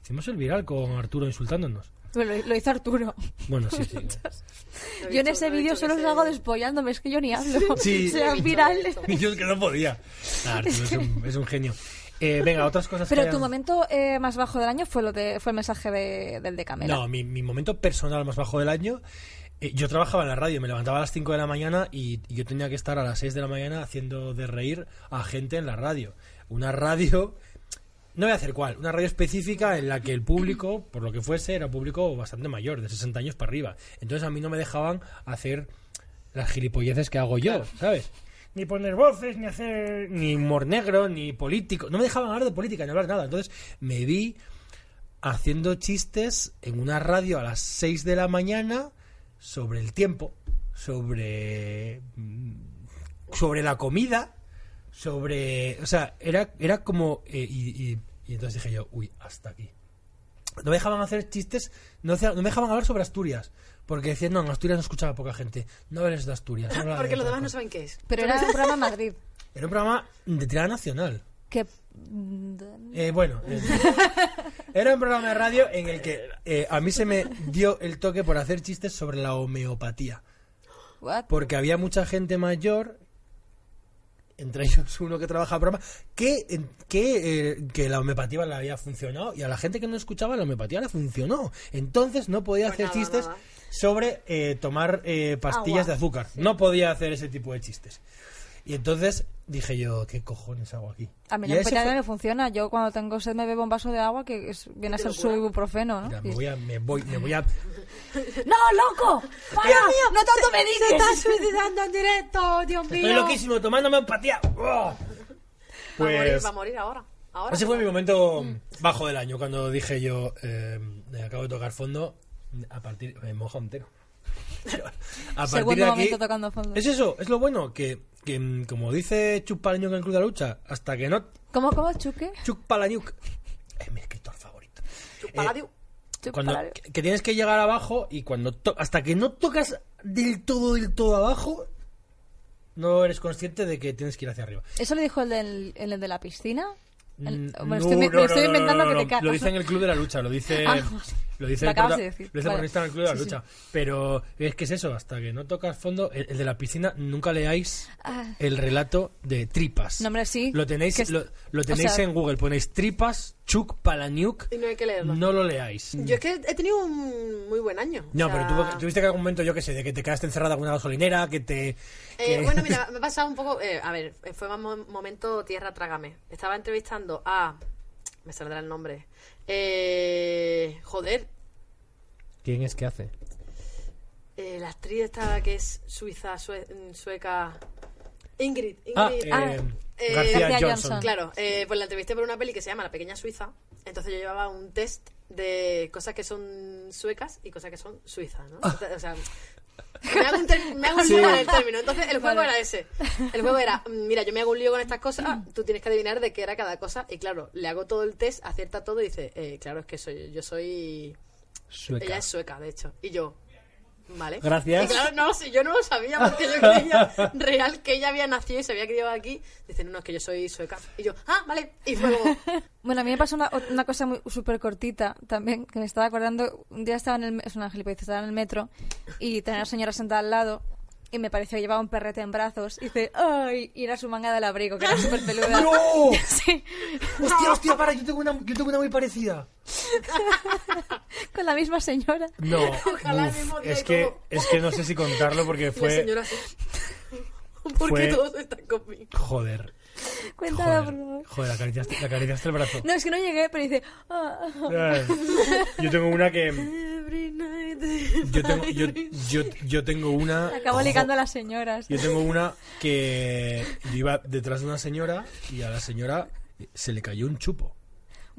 A: Hicimos el viral con Arturo insultándonos.
B: Bueno, lo, lo hizo Arturo.
A: Bueno, sí, sí.
C: Lo he
B: Yo en
C: visto,
B: ese
C: lo he
B: vídeo
C: visto,
B: solo
C: que
B: salgo
C: se-
B: despollándome, es que yo ni hablo.
A: Sí.
B: *laughs* Se
A: Lo he
B: dan
A: visto,
C: *laughs*
B: virales.
A: Yo es que no podía. Nah, Arturo es un, es un genio. Eh, venga, otras cosas que
B: Pero tu
A: hayan-
B: momento eh, más bajo del año fue lo de fue el mensaje de- del de Camela.
A: No, mi, mi momento personal más bajo del año. eh, yo trabajaba en la radio, me levantaba a las 5 de la mañana y, y yo tenía que estar a las 6 de la mañana haciendo de reír a gente en la radio. Una radio. No voy a hacer cuál, una radio específica en la que el público, por lo que fuese, era público bastante mayor, de 60 años para arriba. Entonces a mí no me dejaban hacer las gilipolleces que hago yo, ¿sabes? Ni poner voces, ni hacer. ni humor negro, ni político. No me dejaban hablar de política, ni hablar nada. Entonces me vi haciendo chistes en una radio a las 6 de la mañana sobre el tiempo, sobre mm, sobre la comida, sobre, o sea, era era como eh, y, y- y entonces dije yo, uy, hasta aquí. No me dejaban hacer chistes, no, hacía- no me dejaban hablar sobre Asturias, porque decían, no, en Asturias no escuchaba poca gente, no hables de Asturias. no hablas de
C: *laughs* Porque los
A: otra
C: demás no
A: cosa".
C: saben qué es.
B: Pero era un programa en Madrid.
A: Era un programa de tirada nacional.
B: Que mm,
A: Eh, bueno,
C: *laughs*
A: eh, era un programa de radio en el que eh, a mí se me dio el toque por hacer chistes sobre la homeopatía.
B: What?
A: Porque había mucha gente mayor, entre ellos uno que trabaja en programa, que, que, eh, que la homeopatía le había funcionado y a la gente que no escuchaba la homeopatía le funcionó. Entonces no podía
C: Pues
A: hacer
C: nada,
A: chistes
C: nada.
A: sobre eh, tomar eh, pastillas
B: Agua,
A: de azúcar. No podía hacer ese tipo de chistes. Y entonces dije yo, ¿qué cojones hago aquí?
B: A mí
A: Y
B: la
A: ese
B: homeopatía
A: fue-
B: me funciona. Yo cuando tengo sed me bebo un vaso de agua que es- viene a ser su ibuprofeno, ¿no?
A: Mira,
B: Y-
A: me voy a, me voy, me
B: *laughs*
A: voy a
B: ¡No, loco! ¡Para! ¡No tanto me
C: Se está
B: dices!
C: suicidando en directo, Dios mío.
A: Estoy loquísimo, tomándome empatía. ¡Oh!
C: Va a morir,
A: Pues
C: va a morir ahora. Ahora.
A: ese fue mi momento bajo del año, cuando dije yo, eh, acabo de tocar fondo, a partir, me moja
B: *laughs*
A: entero. A partir
B: Segundo
A: de aquí,
B: momento tocando fondo.
A: Es eso, es lo bueno, que, que, mm, como dice Chuck Palahniuk en Club de la Lucha, hasta que no...
B: ¿Cómo, cómo, Chuque?
A: Chuck Palahniuk es mi escritor favorito.
C: Palladio.
A: eh,
B: Chuque
A: Cuando-
B: para-
A: que, que tienes que llegar abajo y cuando to- hasta que no tocas del todo, del todo abajo, no eres consciente de que tienes que ir hacia arriba.
B: ¿Eso lo dijo el, del- el de la piscina? El-
A: Mm,
B: bueno,
A: no,
B: estoy, me-
A: no,
B: me
A: no,
B: estoy
A: no,
B: inventando
A: no,
B: que
A: no,
B: te cagas.
A: Lo dice en el Club de la Lucha, lo dice.
B: *laughs* Ah,
A: lo dice
B: lo
A: el,
B: acabas
A: prota-
B: de decir,
A: lo dice el
B: vale.
A: protagonista en el Club de la
B: Sí, sí.
A: Lucha. Pero es que es eso, hasta que no tocas fondo. El, el de la piscina, nunca leáis
B: Ah.
A: el relato de Tripas.
B: No, hombre, sí.
A: Lo tenéis,
B: Que es-
A: lo, lo
B: o
A: tenéis
B: sea-
A: en Google, ponéis Tripas, Chuk Palaniuk.
C: Y no hay que leerlo.
A: No lo leáis.
C: Yo es que he tenido un muy buen año.
A: No,
C: o
A: pero
C: sea,
A: tuvo- tuviste que algún momento, yo qué sé, de que te quedaste encerrada en una gasolinera, que te.
C: Eh,
A: que-
C: bueno,
A: *laughs*
C: mira, me ha pasado un poco. eh, a ver, eh, fue más mo- momento tierra trágame. Estaba entrevistando a. Me saldrá el nombre. Eh, joder,
A: ¿Quién es que hace?
C: eh, la actriz esta que es suiza, sue- mm, sueca. Ingrid. Ingrid.
A: Ah, eh,
B: Ah,
C: eh,
A: García,
B: García
A: Johnson.
B: Johnson.
C: Claro, eh, pues la entrevisté por una peli que se llama La Pequeña Suiza. Entonces yo llevaba un test de cosas que son suecas y cosas que son suizas, ¿no? O sea, me hago un, ter- me hago un
A: Sí.
C: lío con el término. Entonces el juego era ese. El juego era, mm, mira, yo me hago un lío con estas cosas, ah, tú tienes que adivinar de qué era cada cosa. Y claro, le hago todo el test, acierta todo y dice, eh, claro, es que soy, yo soy...
A: Sueca.
C: Ella es sueca, de hecho. Y yo... Vale.
A: Gracias.
C: Y claro, no, si yo no lo sabía porque yo creía
A: *laughs*
C: real que ella había nacido y se había criado aquí. Dicen, no, no, es que yo soy sueca. Y yo, ah, vale. Y fue
A: *laughs*
C: como,
B: Bueno, a mí me pasó una, una cosa muy súper cortita también, que me estaba acordando. Un día estaba en el, me- es una gilipollez, estaba en el metro y tenía a una señora sentada al lado y me pareció que llevaba un perrete en brazos y dice, ¡ay! Y era su manga del
A: *laughs*
B: abrigo, que era súper peluda.
C: *laughs*
A: ¡No!
B: *laughs* Sí,
A: Hostia, hostia, para, yo tengo una, yo tengo una muy parecida.
B: con la misma señora.
A: No,
C: Ojalá el mismo día
A: es
C: y
A: que
C: todo.
A: es que no sé si contarlo porque
C: la
A: fue
C: señora así. *laughs* ¿Por
A: fue-
C: qué todos están conmigo?
A: joder,
B: Cuéntala, por
A: joder,
B: favor.
A: joder, acariciaste, le acariciaste el brazo.
B: No, es que no llegué, pero dice, "Ah,
A: Ay, Yo tengo una que yo
C: *laughs*
A: tengo yo, yo, yo tengo una
B: acabo
A: jo-
B: ligando a las señoras.
A: Yo tengo una que yo iba detrás de una señora y a la señora se le cayó un chupo,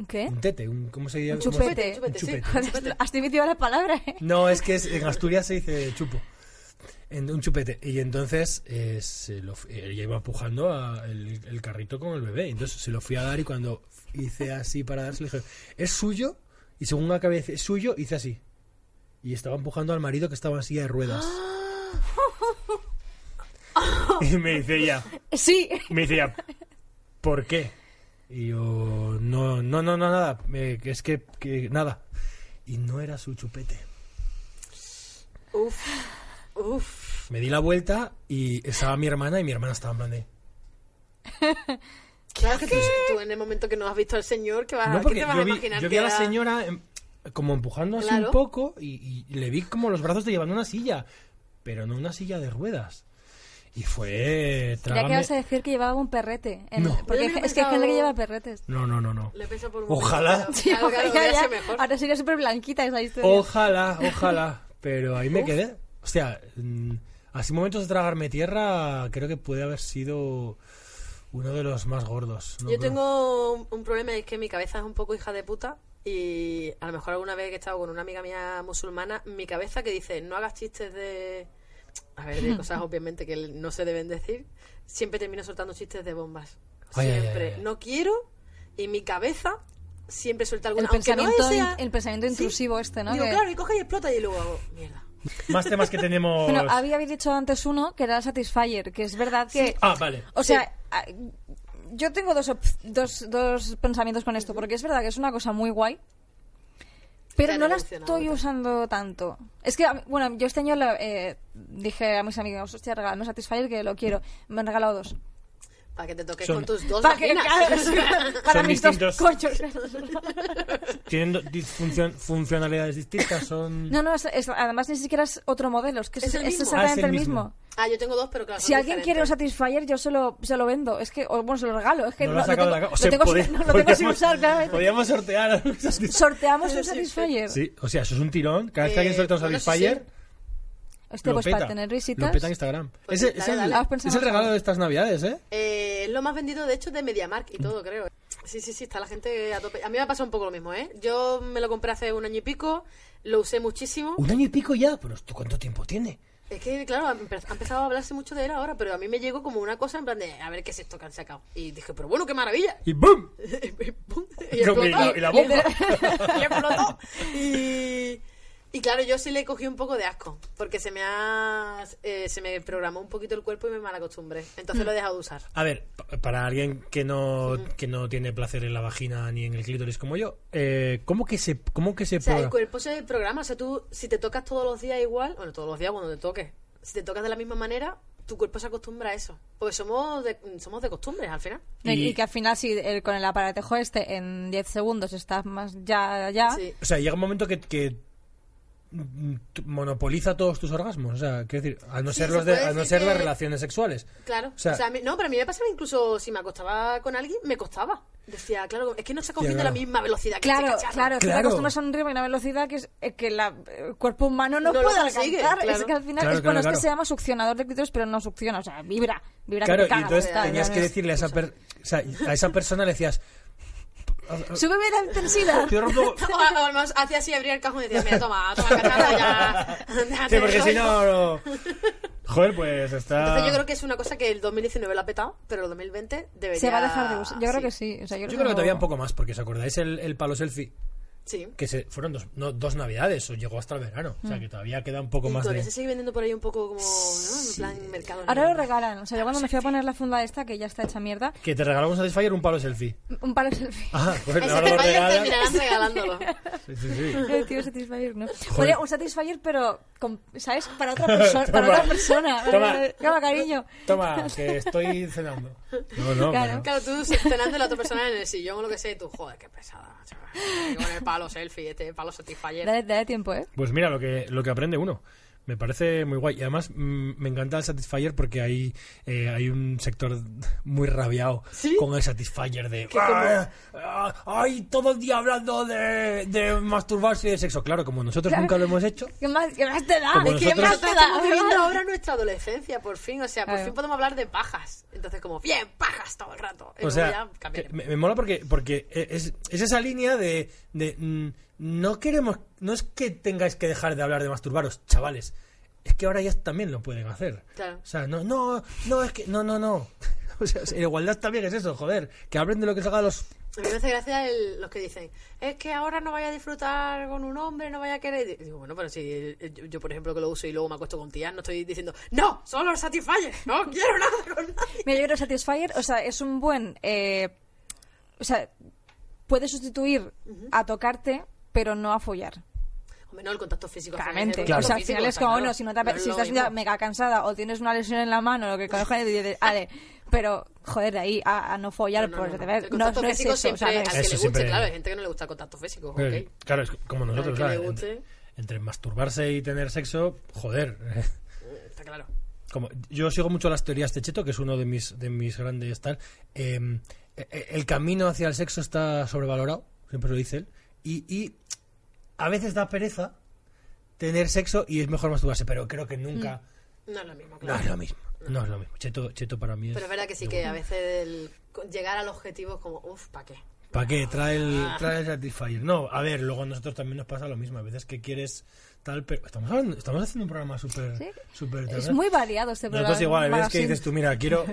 B: ¿Qué?
A: un tete, un ¿cómo se llama?
B: ¿Eh? Un
A: ¿Cómo se-
B: chupete.
C: Chúpete,
A: Un chupete.
C: sí.
B: Joder, has dimitido la palabra, ¿eh?
A: No, es que es- en Asturias se dice chupo. En un chupete. Y entonces eh, se lo, fu- eh, ella iba empujando a- el, el carrito con el bebé. Entonces se lo fui a dar y cuando hice así para darse, le dije, ¿es suyo? Y según la cabeza, ¿es suyo? Hice así. Y estaba empujando al marido que estaba en silla de ruedas.
B: Ah.
A: *laughs* y me dice ella,
B: Sí.
A: me dice ella, ¿por qué? Y yo, no, no, no, no, nada. eh, que es que, que nada. Y no era su chupete.
C: Uf, uf.
A: Me di la vuelta y estaba mi hermana y mi hermana estaba en plan de...
C: Claro que tú, tú en el momento que no has visto al señor, que vas,
A: No,
C: Ah, ¿qué
A: porque
C: te vas
A: yo
C: a
A: vi,
C: imaginar?
A: yo vi
C: que
A: a la
C: era-
A: señora em, como empujando así
C: Claro.
A: un poco y, y le vi como los brazos de llevando una silla, pero no una silla de ruedas. Y fue...
B: Creía que
A: trágame-
B: vas a decir que llevaba un perrete. en-
A: No.
B: Porque
C: Yo había
B: es que hay gente que
C: pensado-
B: lleva perretes.
A: No, no, no, no.
C: Lo he pensado por un
A: Ojalá.
C: momento,
B: Sí,
C: pero claro,
B: ojalá
C: claro,
B: ya-
C: hubiera sido mejor.
B: ahora sería súper blanquita esa historia.
A: Ojalá,
B: *laughs*
A: ojalá. Pero ahí me quedé. O sea, mm, así momentos de tragarme tierra creo que puede haber sido uno de los más gordos. ¿no?
C: Yo
A: Creo.
C: tengo un- un problema y es que mi cabeza es un poco hija de puta y a lo mejor alguna vez que he estado con una amiga mía musulmana, mi cabeza que dice no hagas chistes de... A
A: *laughs*
C: ver, de cosas obviamente que no se deben decir, siempre termino soltando chistes de bombas.
A: Ay, ay, ay,
C: siempre.
A: ay.
C: No quiero y mi cabeza siempre suelta alguna
B: El
C: aunque no
B: pensamiento,
C: sea-
B: el pensamiento
C: Sí.
B: intrusivo este, ¿no?
C: Digo,
B: Que-
C: claro, y coge y explota y luego hago, mierda.
A: Más temas que tenemos...
B: *laughs* Bueno, había habéis dicho antes uno que era el Satisfyer, que es verdad que...
A: Ah, vale.
B: O sea, a- yo tengo dos, op- dos, dos pensamientos con esto, porque es verdad que es una cosa muy guay, pero
C: Te han
B: no la
C: evolucionado
B: estoy
C: tanto.
B: usando tanto. Es que, a mí- bueno, yo este año la- eh, dije a mis amigos, hostia, regaladme Satisfyer que lo quiero. Me han regalado dos.
C: Para que te toques
A: Son-
C: con tus
B: *laughs*
C: dos
B: Pa' que-
C: vaginas. *laughs*
B: para
A: Son
B: mis
A: distintos.
B: dos cochos.
A: Tienen do- dis- funcio- funcionalidades distintas, son...
B: *laughs* No, no, es- es- además ni siquiera es otro modelo, es que es,
C: Es el
B: es
C: mismo.
A: Ah, es
B: exactamente
A: el
B: el
A: mismo.
B: mismo.
C: Ah, yo tengo dos, pero claro. son
B: Si alguien quiere un
C: diferentes.
B: Satisfyer, yo se lo, se lo vendo. Es que, o, bueno, se lo regalo. Es que
A: No lo ha sacado
B: tengo,
A: de la ca-
B: lo
A: O sea,
B: tengo sin-
A: podía-
B: *laughs* no, lo tengo sin
A: podíamos-
B: usar, claramente.
A: Podíamos sortear. un Satisfyer.
C: *laughs*
B: Sorteamos un Satisfyer.
A: Sí, o sea, eso es un tirón. Cada vez que
C: Eh,
A: alguien suelta un
C: bueno, sí,
A: Satisfyer,
C: sí.
B: Hostia,
A: lo
B: pues
A: peta.
B: para tener
A: Lo
B: visitas.
A: peta en Instagram.
C: Pues
A: Ese-
C: dale,
A: es el,
C: dale.
B: Ah, pensaba
A: es el
B: eso.
A: regalo de estas navidades, ¿eh?
C: Eh, es lo más vendido, de hecho, de MediaMark y todo, creo. ¿eh? Sí, sí, sí, está la gente a tope. A mí me ha pasado un poco lo mismo, ¿eh? Yo me lo compré hace un año y pico, lo usé muchísimo.
A: Un año y pico ya. Pero ¿tú cuánto tiempo tiene?
C: Es que, claro, ha empe- ha empezado a hablarse mucho de él ahora, pero a mí me llegó como una cosa en plan de, a ver qué es esto que han sacado. Y dije, pero bueno, qué maravilla. *laughs*
A: Y ¡boom!
C: ¡Pum! y
A: Como- y la-
C: explotó.
A: y la bomba.
C: *laughs* Y explotó. Y, y claro, yo sí le cogí un poco de asco, porque se me ha, eh, se me programó un poquito el cuerpo y me malacostumbré. Entonces lo he dejado de usar.
A: A ver, pa- para alguien que no, que no tiene placer en la vagina ni en el clítoris como yo, eh, ¿cómo que se, cómo que se
C: O sea, el
A: prueba?
C: cuerpo se programa. O sea, tú, si te tocas todos los días igual, bueno, todos los días cuando te toques, si te tocas de la misma manera, tu cuerpo se acostumbra a eso. Porque somos de, somos de costumbres al final.
B: Y,
A: Y-
B: y que al final, si el- con el aparatejo este en 10 segundos estás más ya, ya.
C: Sí.
A: O sea, llega un momento que, que mm, tu- monopoliza todos tus orgasmos. O sea, quiero decir, a no
C: Sí,
A: ser,
C: se
A: los de-
C: puede
A: a no
C: decir
A: ser las
C: que-
A: relaciones sexuales.
C: Claro.
A: O sea-
C: a mí- no, pero a mí me pasaba incluso si me acostaba con alguien, me costaba. Decía, claro, es que no está cogiendo
A: claro.
C: la misma velocidad que
B: Claro,
C: este cacharro.
B: claro, tú te
A: Claro.
B: acostumbras a un ritmo y una velocidad que, es, eh, que la- el cuerpo humano no,
C: No lo
B: puede
C: consigue,
B: alcanzar.
C: claro.
B: Es que al final,
A: Claro,
B: es,
A: claro,
B: bueno, es
A: claro.
B: que se llama succionador de clítoris, pero no succiona, o sea, vibra, vibra que
A: Claro,
B: te
A: y
B: cagas,
A: entonces
B: tal,
A: tenías
B: ya
A: que
B: ves.
A: decirle a esa, per- o sea, a esa persona, le decías, "Oh,
B: Súbeme la intensidad.
A: "Cierra un
C: *laughs*
A: poco".
C: *laughs* O, o al menos hacía así, abría el cajón y decía, mira,
B: *laughs*
C: Ah, toma, toma, cacharra, ya.
A: *laughs* Sí,
C: déjate de
A: porque si
C: rollo".
A: no, no- Joder, pues está...
C: Entonces yo creo que es una cosa que el 2019 lo ha petado, pero el 2020 debería...
B: Se va a dejar de usar. Yo creo que sí. O sea, yo,
A: Yo creo que
B: no-
A: todavía un poco más, porque ¿os acordáis el, el palo selfie?
C: Sí.
A: Que se, fueron dos, no, dos navidades, o llegó hasta el verano. O sea, que todavía queda un poco
C: Y
A: más
C: todavía se
A: de...
C: sigue vendiendo por ahí un poco como, ¿no? En plan mercado.
B: Ahora lo
C: negro.
B: regalan. O sea, yo cuando me fui a poner la funda esta, que ya está hecha mierda,
A: Que te regalamos a Satisfyer un palo selfie.
B: un palo de selfie.
A: *laughs* Ah, pues
C: Ese
A: ahora lo
C: Satisfyer
A: regalan. *laughs*
C: terminarán regalándolo.
A: Sí, sí, sí.
B: Eh, tío, Satisfyer, ¿no? Podría un Satisfyer, pero, con- ¿sabes?
A: *laughs*
B: Para otra, persona para
A: Toma.
B: otra persona.
A: Toma.
B: Toma, cariño.
A: Toma, que estoy cenando. No, no,
B: Claro.
A: pero-
C: Claro, tú cenando a la otra persona en el sillón o lo que sea y tú, joder, qué pesada. macho. Con el palo selfie, este palo satisfayer.
B: Dale, dale tiempo, ¿eh?
A: Pues mira, lo que, lo que aprende uno. Me parece muy guay. Y además mm, me encanta el Satisfyer porque hay, eh, hay un sector muy rabiado con el Satisfyer de... "Ah, ah, ¡Ay, todo el día hablando de, de masturbarse y de sexo! Claro, como nosotros nunca lo hemos hecho...
B: ¿Qué más, qué más te da?
A: Como
B: ¿Qué
A: nosotros-
B: más te da?
C: Estamos viviendo ahora nuestra adolescencia, por fin. O sea, por
B: Claro.
C: fin podemos hablar de pajas. Entonces, como, bien, pajas todo el rato. Y
A: O
C: luego
A: sea,
C: ya cambiaremos.
A: que me, me mola porque, porque e, es, es esa línea de, de, mm, no queremos, no es que tengáis que dejar de hablar de masturbaros, chavales, es que ahora ya también lo pueden hacer.
C: Claro.
A: O sea, no, no, no, es que, no, no, no. *laughs* O sea, si la igualdad también es eso, joder, que hablen de lo que se haga a los...
C: A mí me hace gracia el- los que dicen, es que ahora no vaya a disfrutar con un hombre, no vaya a querer. Y digo, bueno, pero si eh, yo, yo, por ejemplo, que lo uso y luego me acuesto con tías, no estoy diciendo, no, solo el Satisfyer, no *laughs* quiero nada con nadie.
B: Mira, yo creo que Satisfyer, o sea, es un buen. eh, o sea, puede sustituir a tocarte, pero no a follar.
C: Hombre, no, el contacto físico. al final es
B: Claramente.
C: el
B: O
C: contacto
B: sea, al
C: físico,
B: final es
C: está
B: como,
C: claro.
B: bueno, si, no te ape-
C: No es
B: si
C: lo
B: estás
C: mismo.
B: ya mega cansada o tienes una lesión en la mano, lo que conojo, y dices, "Ale", pero, joder, de ahí a, a no follar,
C: No, no,
B: pues,
C: no.
B: de ver,
C: El
B: no,
C: contacto
B: no es
C: físico
B: eso. o sea,
C: siempre,
B: no es-
C: al que
A: Eso
C: le guste,
A: siempre-
C: claro, hay gente que no le gusta el contacto físico. ok.
A: eh, Claro, eh, es como nosotros,
C: Claro, que
A: o sea,
C: le
A: entre-
C: guste.
A: entre masturbarse y tener sexo, joder. *laughs*
C: Está claro.
A: como yo sigo mucho las teorías de Cheto, que es uno de mis, de mis grandes tal. eh, eh, el camino hacia el sexo está sobrevalorado, siempre lo dice él. Y, y a veces da pereza tener sexo y es mejor masturbarse, pero creo que nunca.
C: No es lo mismo,
A: No
C: claro.
A: es lo mismo. No es lo mismo. Cheto, Cheto para mí es.
C: Pero es verdad que sí que a veces el co- llegar al objetivo es como, uff, ¿para qué?
A: ¿Para qué? Trae el, trae el Satisfyer. No, a ver, luego a nosotros también nos pasa lo mismo. A veces que quieres tal, pero. Estamos, hablando- estamos haciendo un programa súper.
B: Sí.
A: súper
B: Es
A: terrenal.
B: muy variado este programa.
A: Nosotros igual, a veces que
B: *laughs* magazine.
A: dices tú, mira, quiero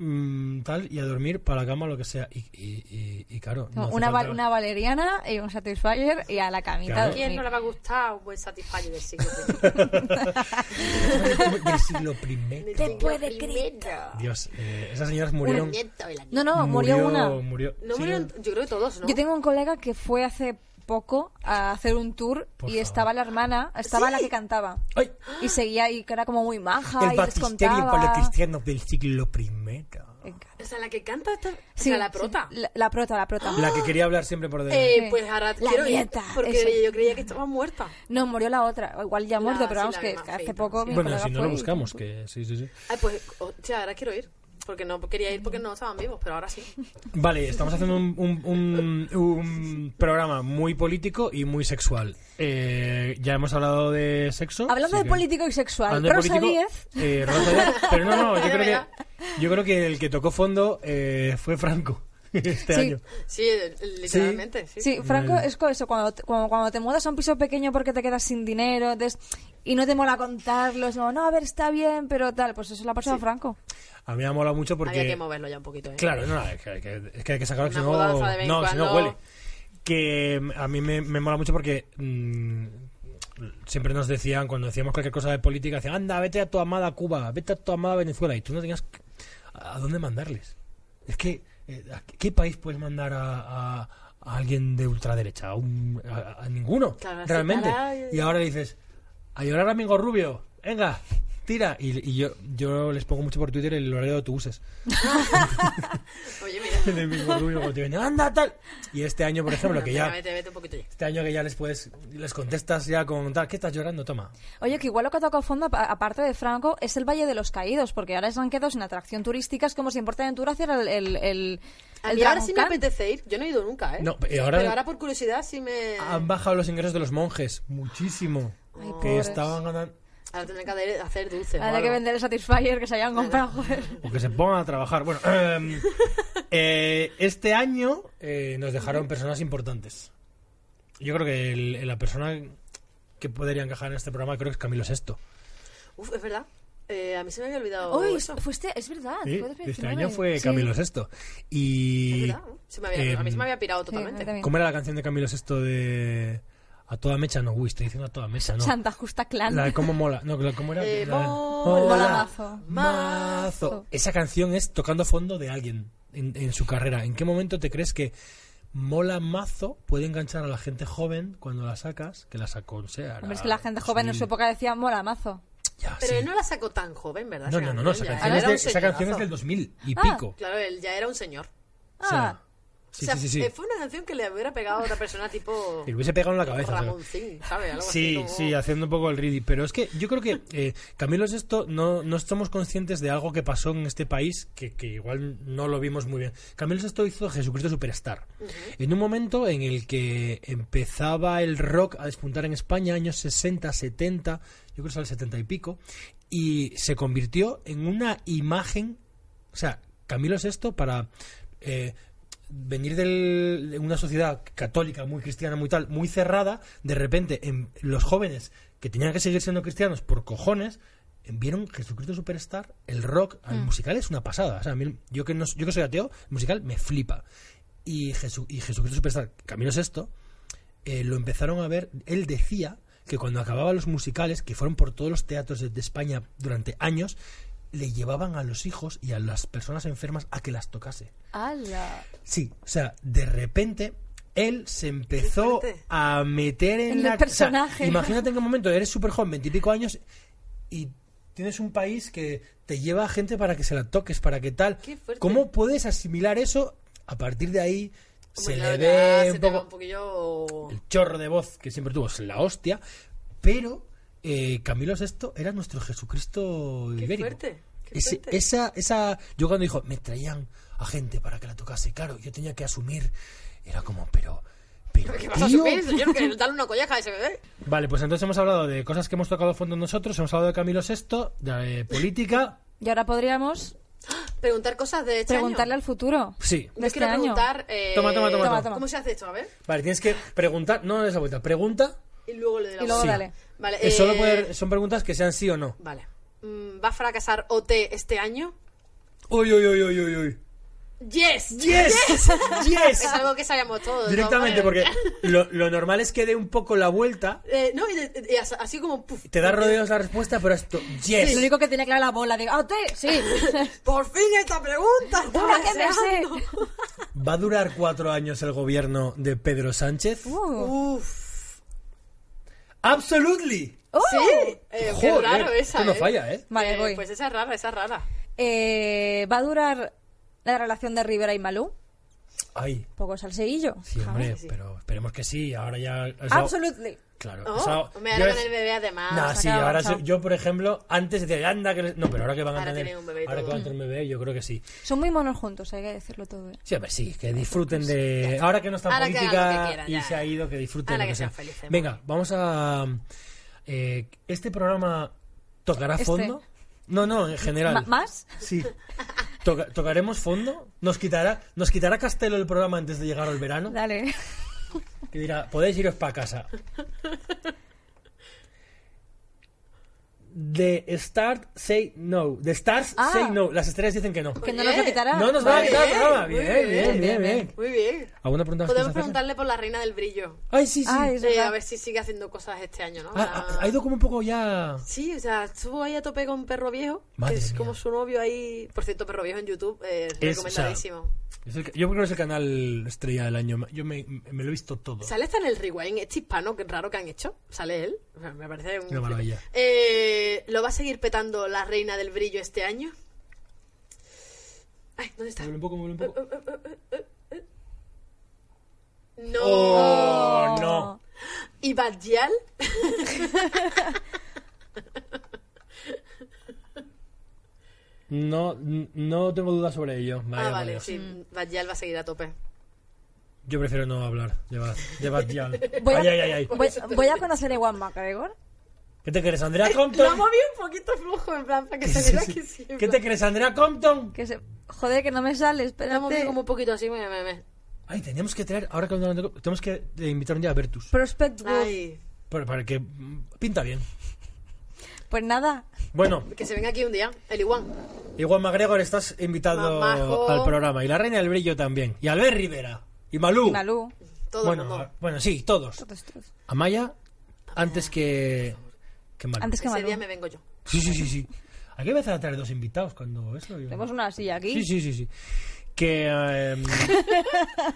A: mm, tal, y a dormir para la cama, lo que sea. Y, y, y, y claro. no hace
B: una, val-
A: falta-
B: una valeriana y un satisfyer y a la camita
A: Claro.
B: a dormir.
C: ¿Quién no le va a gustar un buen satisfyer del siglo
A: *laughs* del siglo primero.
C: Después de Cristo.
A: Dios, eh, esas señoras murieron.
B: No, no, murió, una.
A: Murió,
C: No
A: sí,
C: murieron, yo creo que todos, ¿no?
B: Yo tengo un colega que fue hace poco a hacer un tour
A: Por
B: y
A: favor.
B: estaba la hermana, estaba la que cantaba.
A: ¡Ay!
B: Y seguía y que era como muy maja
A: El
B: y les
A: batisterio
B: contaba.
A: para los cristianos del siglo primero.
B: Me encanta.
C: O sea, la que canta esta...
B: Sí,
C: o sea, la prota.
B: sí, la, la prota, la prota.
A: La que quería hablar siempre por delante.
C: Eh,
B: Sí.
C: pues ahora
B: La
C: quiero ir,
B: nieta,
C: porque
B: eso.
C: yo creía que estaba muerta.
B: No, murió la otra. O Igual ya ha muerto,
C: La-
B: pero
C: sí,
B: vamos,
C: la
B: que
C: más
B: hace
C: feita,
B: poco
C: sí.
B: mi
A: bueno,
B: colega
A: si no
B: fue
A: lo
B: y-
A: buscamos, que sí, sí, sí.
C: Ay, pues, hostia, ahora quiero ir. Porque no quería ir porque no estaban vivos, pero ahora sí.
A: Vale, estamos haciendo un, un- un- un programa muy político y muy sexual. Eh, ya hemos hablado de sexo.
B: Hablando
A: así
B: de
A: que-
B: político y sexual,
A: hablando de
B: Rosa
A: político,
B: Díez.
A: eh, Rosa Díez. Pero no,
B: *laughs*
A: no, yo
C: Ya
A: creo
C: verá.
A: que, yo creo que el que tocó fondo eh, fue Franco *laughs* este
B: Sí.
A: año.
C: Sí, eh, literalmente, sí.
B: Sí, Franco,
A: Vale.
B: es con eso, cuando te, cuando, cuando te mudas a un piso pequeño porque te quedas sin dinero des- y no te mola contarlo, es como, no, a ver, está bien, pero tal, pues eso le ha pasado a Franco.
A: A mí me ha molado mucho porque...
C: Había que moverlo ya un poquito, ¿eh?
A: Claro, no, es que, que- es que hay que sacarlo, si
C: Una
A: no,
C: mudanza de vez en
A: no, si no
C: cuando.
A: huele. Que mm, a mí me, me mola mucho porque mm, siempre nos decían, cuando decíamos cualquier cosa de política, decían, anda, vete a tu amada Cuba, vete a tu amada Venezuela, y tú no tenías que- a dónde mandarles. Es que, eh, ¿a qué país puedes mandar a, a- a alguien de ultraderecha? A, un- a- a ninguno,
C: Claro, así,
A: realmente.
C: para-
A: Y ahora le dices, a llorar amigo Rubio, venga, tira. Y, y yo, yo les pongo mucho por Twitter el horario de autobuses
C: Oye,
B: *laughs*
C: mira.
A: del mismo rubio como te viene, anda tal y este año por
C: *laughs*
A: ejemplo que ya
C: Vete, vete un poquito ya.
A: este año que ya les puedes les contestas ya con tal que estás llorando toma
B: Oye, que igual lo que ha tocado fondo, apa- aparte de Franco, es el Valle de los Caídos, porque ahora se han quedado sin atracción turística, es como si en PortAventura hiciera el... el, el,
C: A
B: el
C: mí ahora
B: Dragon
C: sí me
B: Khan.
C: apetece ir. Yo no he ido nunca, ¿eh?
A: No, y ahora-
C: Pero ahora por curiosidad sí me...
A: han bajado los ingresos de los monjes muchísimo
B: Ay,
A: que
B: pobres.
A: estaban ganando
C: Ahora tendré que hacer- hacer dulce. o
B: Habrá que
C: algo.
B: vender el Satisfyer que se hayan comprado, joder.
C: *laughs*
A: o que se pongan a trabajar bueno em, *laughs* eh, este año eh, nos dejaron personas importantes yo creo que el- la persona que podría encajar en este programa creo que es Camilo VI
C: Uf, es verdad. Eh, a mí se me había olvidado
B: Uy,
C: eso.
B: fuiste, es
C: Ah,
B: verdad.
A: Sí,
B: fue 2019.
A: este año fue
B: Sí.
A: Camilo VI
C: Es
A: y
C: verdad, ¿no? Se me había- a mí se
A: em,
C: me había pirado
B: eh, Sí, a mí
C: totalmente.
B: también.
A: ¿Cómo era la canción de Camilo esto de a toda mecha? No, uy, estoy diciendo a toda mecha, no.
B: Santa Justa Clan.
A: La de cómo mola, no, la- cómo era.
C: Eh,
A: La de-
C: mola
B: mazo,
A: mazo. Esa canción es tocando fondo de alguien en, en su carrera. ¿En qué momento te crees que mola mazo puede enganchar a la gente joven cuando la sacas? Que la sacó, o sea,
B: Hombre, es que la
A: Ah,
B: gente joven en su época decía mola mazo.
A: Ya,
C: Pero
A: sí.
C: él no la sacó tan joven, ¿verdad?
A: no,
C: Esa
A: no, no, no, esa
C: canción ya,
A: canción,
C: ¿eh?
A: es,
C: Era
A: de-
C: un
A: esa canción es
C: señorazo.
A: del 2000 y
B: Ah.
A: pico.
C: Claro, él ya era un señor.
A: O sea,
B: Ah.
A: sí,
C: o sea,
A: sí, sí, sí.
C: eh, fue una canción que le hubiera pegado a otra
A: *laughs*
C: persona tipo
A: Y le hubiese pegado en la cabeza. pero-
C: Ramoncín, ¿sabes? Algo
A: Sí,
C: así como-
A: sí, haciendo un poco el ready. Pero es que yo creo que, eh, Camilo, es esto, no, no somos conscientes de algo que pasó en este país que, que igual no lo vimos muy bien. Camilo esto hizo Jesucristo Superstar. En un momento en el que empezaba el rock a despuntar en España, años 60, 70, yo creo que es el 70 y pico, y se convirtió en una imagen o sea, Camilo VI para eh, venir del- de una sociedad católica, muy cristiana, muy tal, muy cerrada, de repente en, los jóvenes que tenían que seguir siendo cristianos por cojones, eh, vieron Jesucristo Superstar, el rock, el musical es una pasada. O sea, a mí- yo, que no, yo que soy ateo, el musical me flipa. Y, Jesu- y Jesucristo Superstar, Camilo VI, eh, lo empezaron a ver, él decía que cuando acababan los musicales, que fueron por todos los teatros de, de España durante años, le llevaban a los hijos y a las personas enfermas a que las tocase.
B: ¡Hala!
A: Sí, o sea, de repente él se empezó
C: fuerte.
A: a meter en
B: En el
A: la... o sea,
B: personaje.
A: imagínate en qué momento eres súper joven, veintipico años, y tienes un país que te lleva a gente para que se la toques, para que tal.
C: Qué fuerte.
A: ¿Cómo puedes asimilar eso? A partir de ahí
C: Hombre,
A: se
C: claro,
A: le
C: ya
A: ve
C: se
A: un
C: te va
A: poco
C: un poquillo...
A: el chorro de voz que siempre tuvo es la hostia, pero eh, Camilo VI era nuestro Jesucristo
C: Qué
A: ibérico.
C: fuerte, qué
A: Ese-
C: fuerte.
A: esa, esa, yo cuando dijo, me traían a gente para que la tocase, claro, yo tenía que asumir, era como, pero, pero,
C: ¿Qué vas a
A: tío.
C: subir? Yo quiero darle una colleja a ese bebé.
A: Vale, pues entonces hemos hablado de cosas que hemos tocado a fondo nosotros, hemos hablado de Camilo VI, de eh, política,
B: Y ahora podríamos
C: Preguntar cosas de este
B: preguntarle
C: año.
B: al futuro.
A: sí.
C: Yo
B: de este
C: quiero
B: año.
C: preguntar... eh,
A: Toma, toma, toma,
B: Toma, toma.
C: ¿Cómo se hace esto? A ver.
A: Vale, tienes que preguntar, no esa vuelta, pregunta,
C: Y luego le doy la
B: Y luego
C: vuelta.
A: Sí.
B: dale.
C: Vale,
A: eh, solo
C: eh,
A: puede- son preguntas que sean sí o no.
C: Vale. Mm, ¿Va a fracasar OT este año?
A: Uy, uy, uy, uy, uy, uy.
C: ¡Yes!
A: ¡Yes! ¡Yes!
C: Es algo que sabíamos todos.
A: Directamente,
C: ¿no?
A: porque
C: *laughs*
A: lo, lo normal es que dé un poco la vuelta,
C: Eh, no, y, y- y as- así como. puf.
A: te da rodeos la respuesta, pero esto, yes.
B: Lo único que tenía claro la bola. Digo, ¡ah, usted!
A: *laughs*
B: Sí. *laughs*
C: ¡Por fin esta pregunta! estaba
B: Una que me sé.
C: deseando.
A: ¿Va a durar cuatro años el gobierno de Pedro Sánchez?
B: Uh.
C: Uf.
A: ¡Absolutely!
B: ¡Oh!
C: Sí. Eh, qué
A: Joder,
C: raro esa.
A: esto no
C: ¿eh?
A: falla, ¿eh?
B: Vale,
C: Eh,
B: voy.
C: Pues esa es rara, esa es rara.
B: Eh, ¿Va a durar la relación de Rivera y Malú?
A: Ay,
B: Poco salseillo.
A: sí, hombre,
C: sí.
A: pero esperemos que sí. Ahora ya. o sea,
B: Absolutely.
A: Claro.
C: Oh,
A: o sea,
C: me
A: yo
C: ahora con
A: es-
C: el bebé Ah, además.
A: Nah, sí,
B: acaba,
A: ahora
B: chao.
A: sí- yo, por ejemplo, antes decía, anda, que... le-". No, pero ahora que van a
C: Ahora
A: tener,
C: tienen un bebé y
A: ahora que
C: todo.
A: van a tener un bebé, yo creo que sí.
B: Son muy monos juntos, hay que decirlo todo. ¿eh?
A: Sí, a ver, sí, que disfruten de... Ahora que no está en
C: Ahora que hagan lo
A: política
C: que quieran,
A: y
C: ya.
A: se ha ido, que disfruten.
C: Ahora
A: lo
C: que
A: sea.
C: sean felices.
A: Venga, vamos a... eh, ¿Este programa tocará
B: Este.
A: fondo? No, no, en general.
B: Ma- ¿Más?
A: Sí. Toca- ¿Tocaremos fondo? ¿Nos quitará, ¿Nos quitará Castelo el programa antes de llegar al verano?
B: Dale.
A: Que dirá, podéis iros para casa. The Stars say no. The Stars
B: Ah.
A: say no. Las estrellas dicen que no.
B: *laughs* Que no nos lo
C: Oye.
B: quitará.
A: Pues No nos va a
C: Vale.
A: quitar el programa.
C: Muy
A: Bien,
C: bien,
A: bien, bien,
B: bien,
A: bien.
C: Muy bien.
A: ¿Alguna pregunta más
C: Podemos
A: quieres hacer?
C: preguntarle por la reina del brillo.
A: Ay, sí, sí.
B: Ay, es
C: Eh,
B: verdad.
C: a ver si sigue haciendo cosas este año, ¿no?
A: Ah,
C: La-
A: ah, ha ido como un poco ya.
C: Sí, o sea, estuvo ahí a tope con Perro Viejo,
A: Madre
C: que es
A: mía.
C: como su novio ahí. Por cierto, Perro Viejo en YouTube eh,
A: Es,
C: recomendadísimo.
A: es el que- yo creo que es el canal estrella del año. Yo me, me lo he visto todo.
C: Sale hasta en el rewind, este hispano, que raro que han hecho. Sale él. O sea, Me parece un.
A: Qué maravilla.
C: Eh, ¿Lo va a seguir petando la reina del brillo este año? Ay, ¿dónde está?
A: Muévelo un poco, muévelo un poco.
C: No.
A: Oh, no.
C: ¿Y Badial?
A: No, n- no tengo dudas sobre ello. Vaya,
C: ah, vale,
A: por Dios.
C: sí. Badial va a seguir a tope.
A: Yo prefiero no hablar de, Bad- de Bad
C: *laughs*
A: Gyal.
B: Voy a,
A: Ay, ay, ay, ay.
B: Voy, voy a conocer a Ewan McGregor.
A: ¿Qué te crees, Andrea
C: Lo ha
A: Compton?
C: movido un poquito flojo, en plan,
A: *laughs*
C: para que se viera que sí. en
A: ¿Qué te
C: plan.
A: crees, Andrea Compton?
B: Que se... Joder, que no me sale,
C: Lo ha movido
B: espérate.
C: como un poquito así, me, me, me.
A: Ay, teníamos que traer, ahora que hablamos de Compton, tenemos que eh, invitar un día a Bertus.
B: Prospect Wolf.
C: Ay,
A: Para, para que mm, pinta bien.
B: Pues nada,
A: Bueno,
C: que se venga aquí un día, el Iguan.
A: igual McGregor estás invitado
C: Más majo.
A: al programa. Y la Reina del Brillo también. Y Albert Rivera. Y Malú.
B: Malú.
C: Todo
A: bueno, ah.
C: el mundo.
A: a- bueno, sí, todos.
B: todos, todos.
A: Amaya, antes que. que Malú.
B: Antes que
C: Ese día
B: Malú.
C: me vengo yo.
A: Sí, sí, sí, sí. Hay que empezar a traer dos invitados cuando eso. yo-
B: Tenemos una silla aquí.
A: Sí, sí, sí, sí. Que em,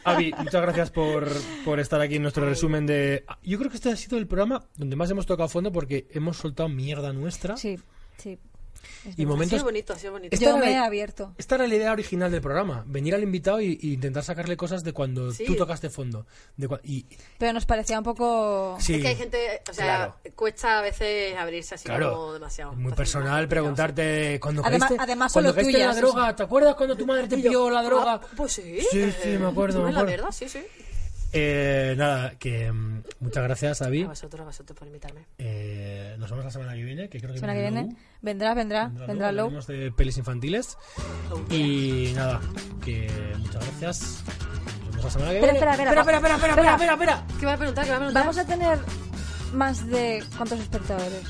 A: Avi, muchas gracias por, por estar aquí en nuestro resumen de. Yo creo que este ha sido el programa donde más hemos tocado fondo porque hemos soltado mierda nuestra
B: Sí, sí. Es
A: y
B: verdad.
C: Ha
A: momentos.
C: sido bonito, ha sido bonito.
A: Esta
B: Yo
A: era
B: me he
A: la-
B: abierto.
A: Esta era la idea original del programa, venir al invitado y, y intentar sacarle cosas de cuando
C: Sí.
A: tú tocaste fondo. De cua- y,
B: Pero nos parecía un poco...
A: sí,
C: Es que hay gente, o sea, cuesta a veces abrirse así como
A: claro,
C: demasiado.
A: muy
C: Fácil,
A: personal
C: más complicado.
A: preguntarte cuando
B: Además-
A: caíste,
B: además
A: cuando
B: solo
A: caíste en la
B: tuyas,
A: droga, ¿te acuerdas cuando tu madre te
C: Y yo,
A: pilló la droga?
C: ah, pues sí.
A: Sí, sí, me acuerdo, me
C: la
A: acuerdo.
C: verdad, sí, sí.
A: Eh, nada, que mm, muchas gracias,
C: A
A: David.
C: vosotros, a vosotros por invitarme.
A: Eh, nos vemos la semana que viene, que creo que
B: Semana que viene.
A: Lou.
B: Vendrá, vendrá,
A: Vendrá
B: vendrá
A: Lou,
B: Low.
A: hablaremos de pelis infantiles. Y nada, que muchas gracias. Nos vemos la semana que viene.
B: Espera, espera, espera, espera, espera, espera, espera, espera,
C: ¿Qué va a preguntar? ¿Qué va a preguntar?
B: Vamos a tener más de... ¿Cuántos espectadores?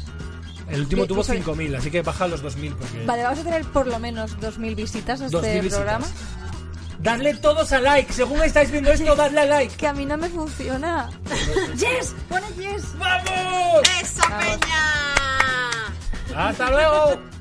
A: El último
B: Ve-
A: tuvo
B: sobre-
A: 5.000, así que baja a los 2.000. Porque...
B: Vale, vamos a tener por lo menos 2.000 visitas a
A: 2.000
B: este
A: Eh. visitas.
B: programa.
A: Dadle todos a like. Según estáis viendo esto, dadle a like.
B: Que a mí no me funciona. *laughs* ¡Yes! ¡Pone yes!
A: ¡Vamos!
C: ¡Eso, Peña!
B: Eh.
A: ¡Hasta luego!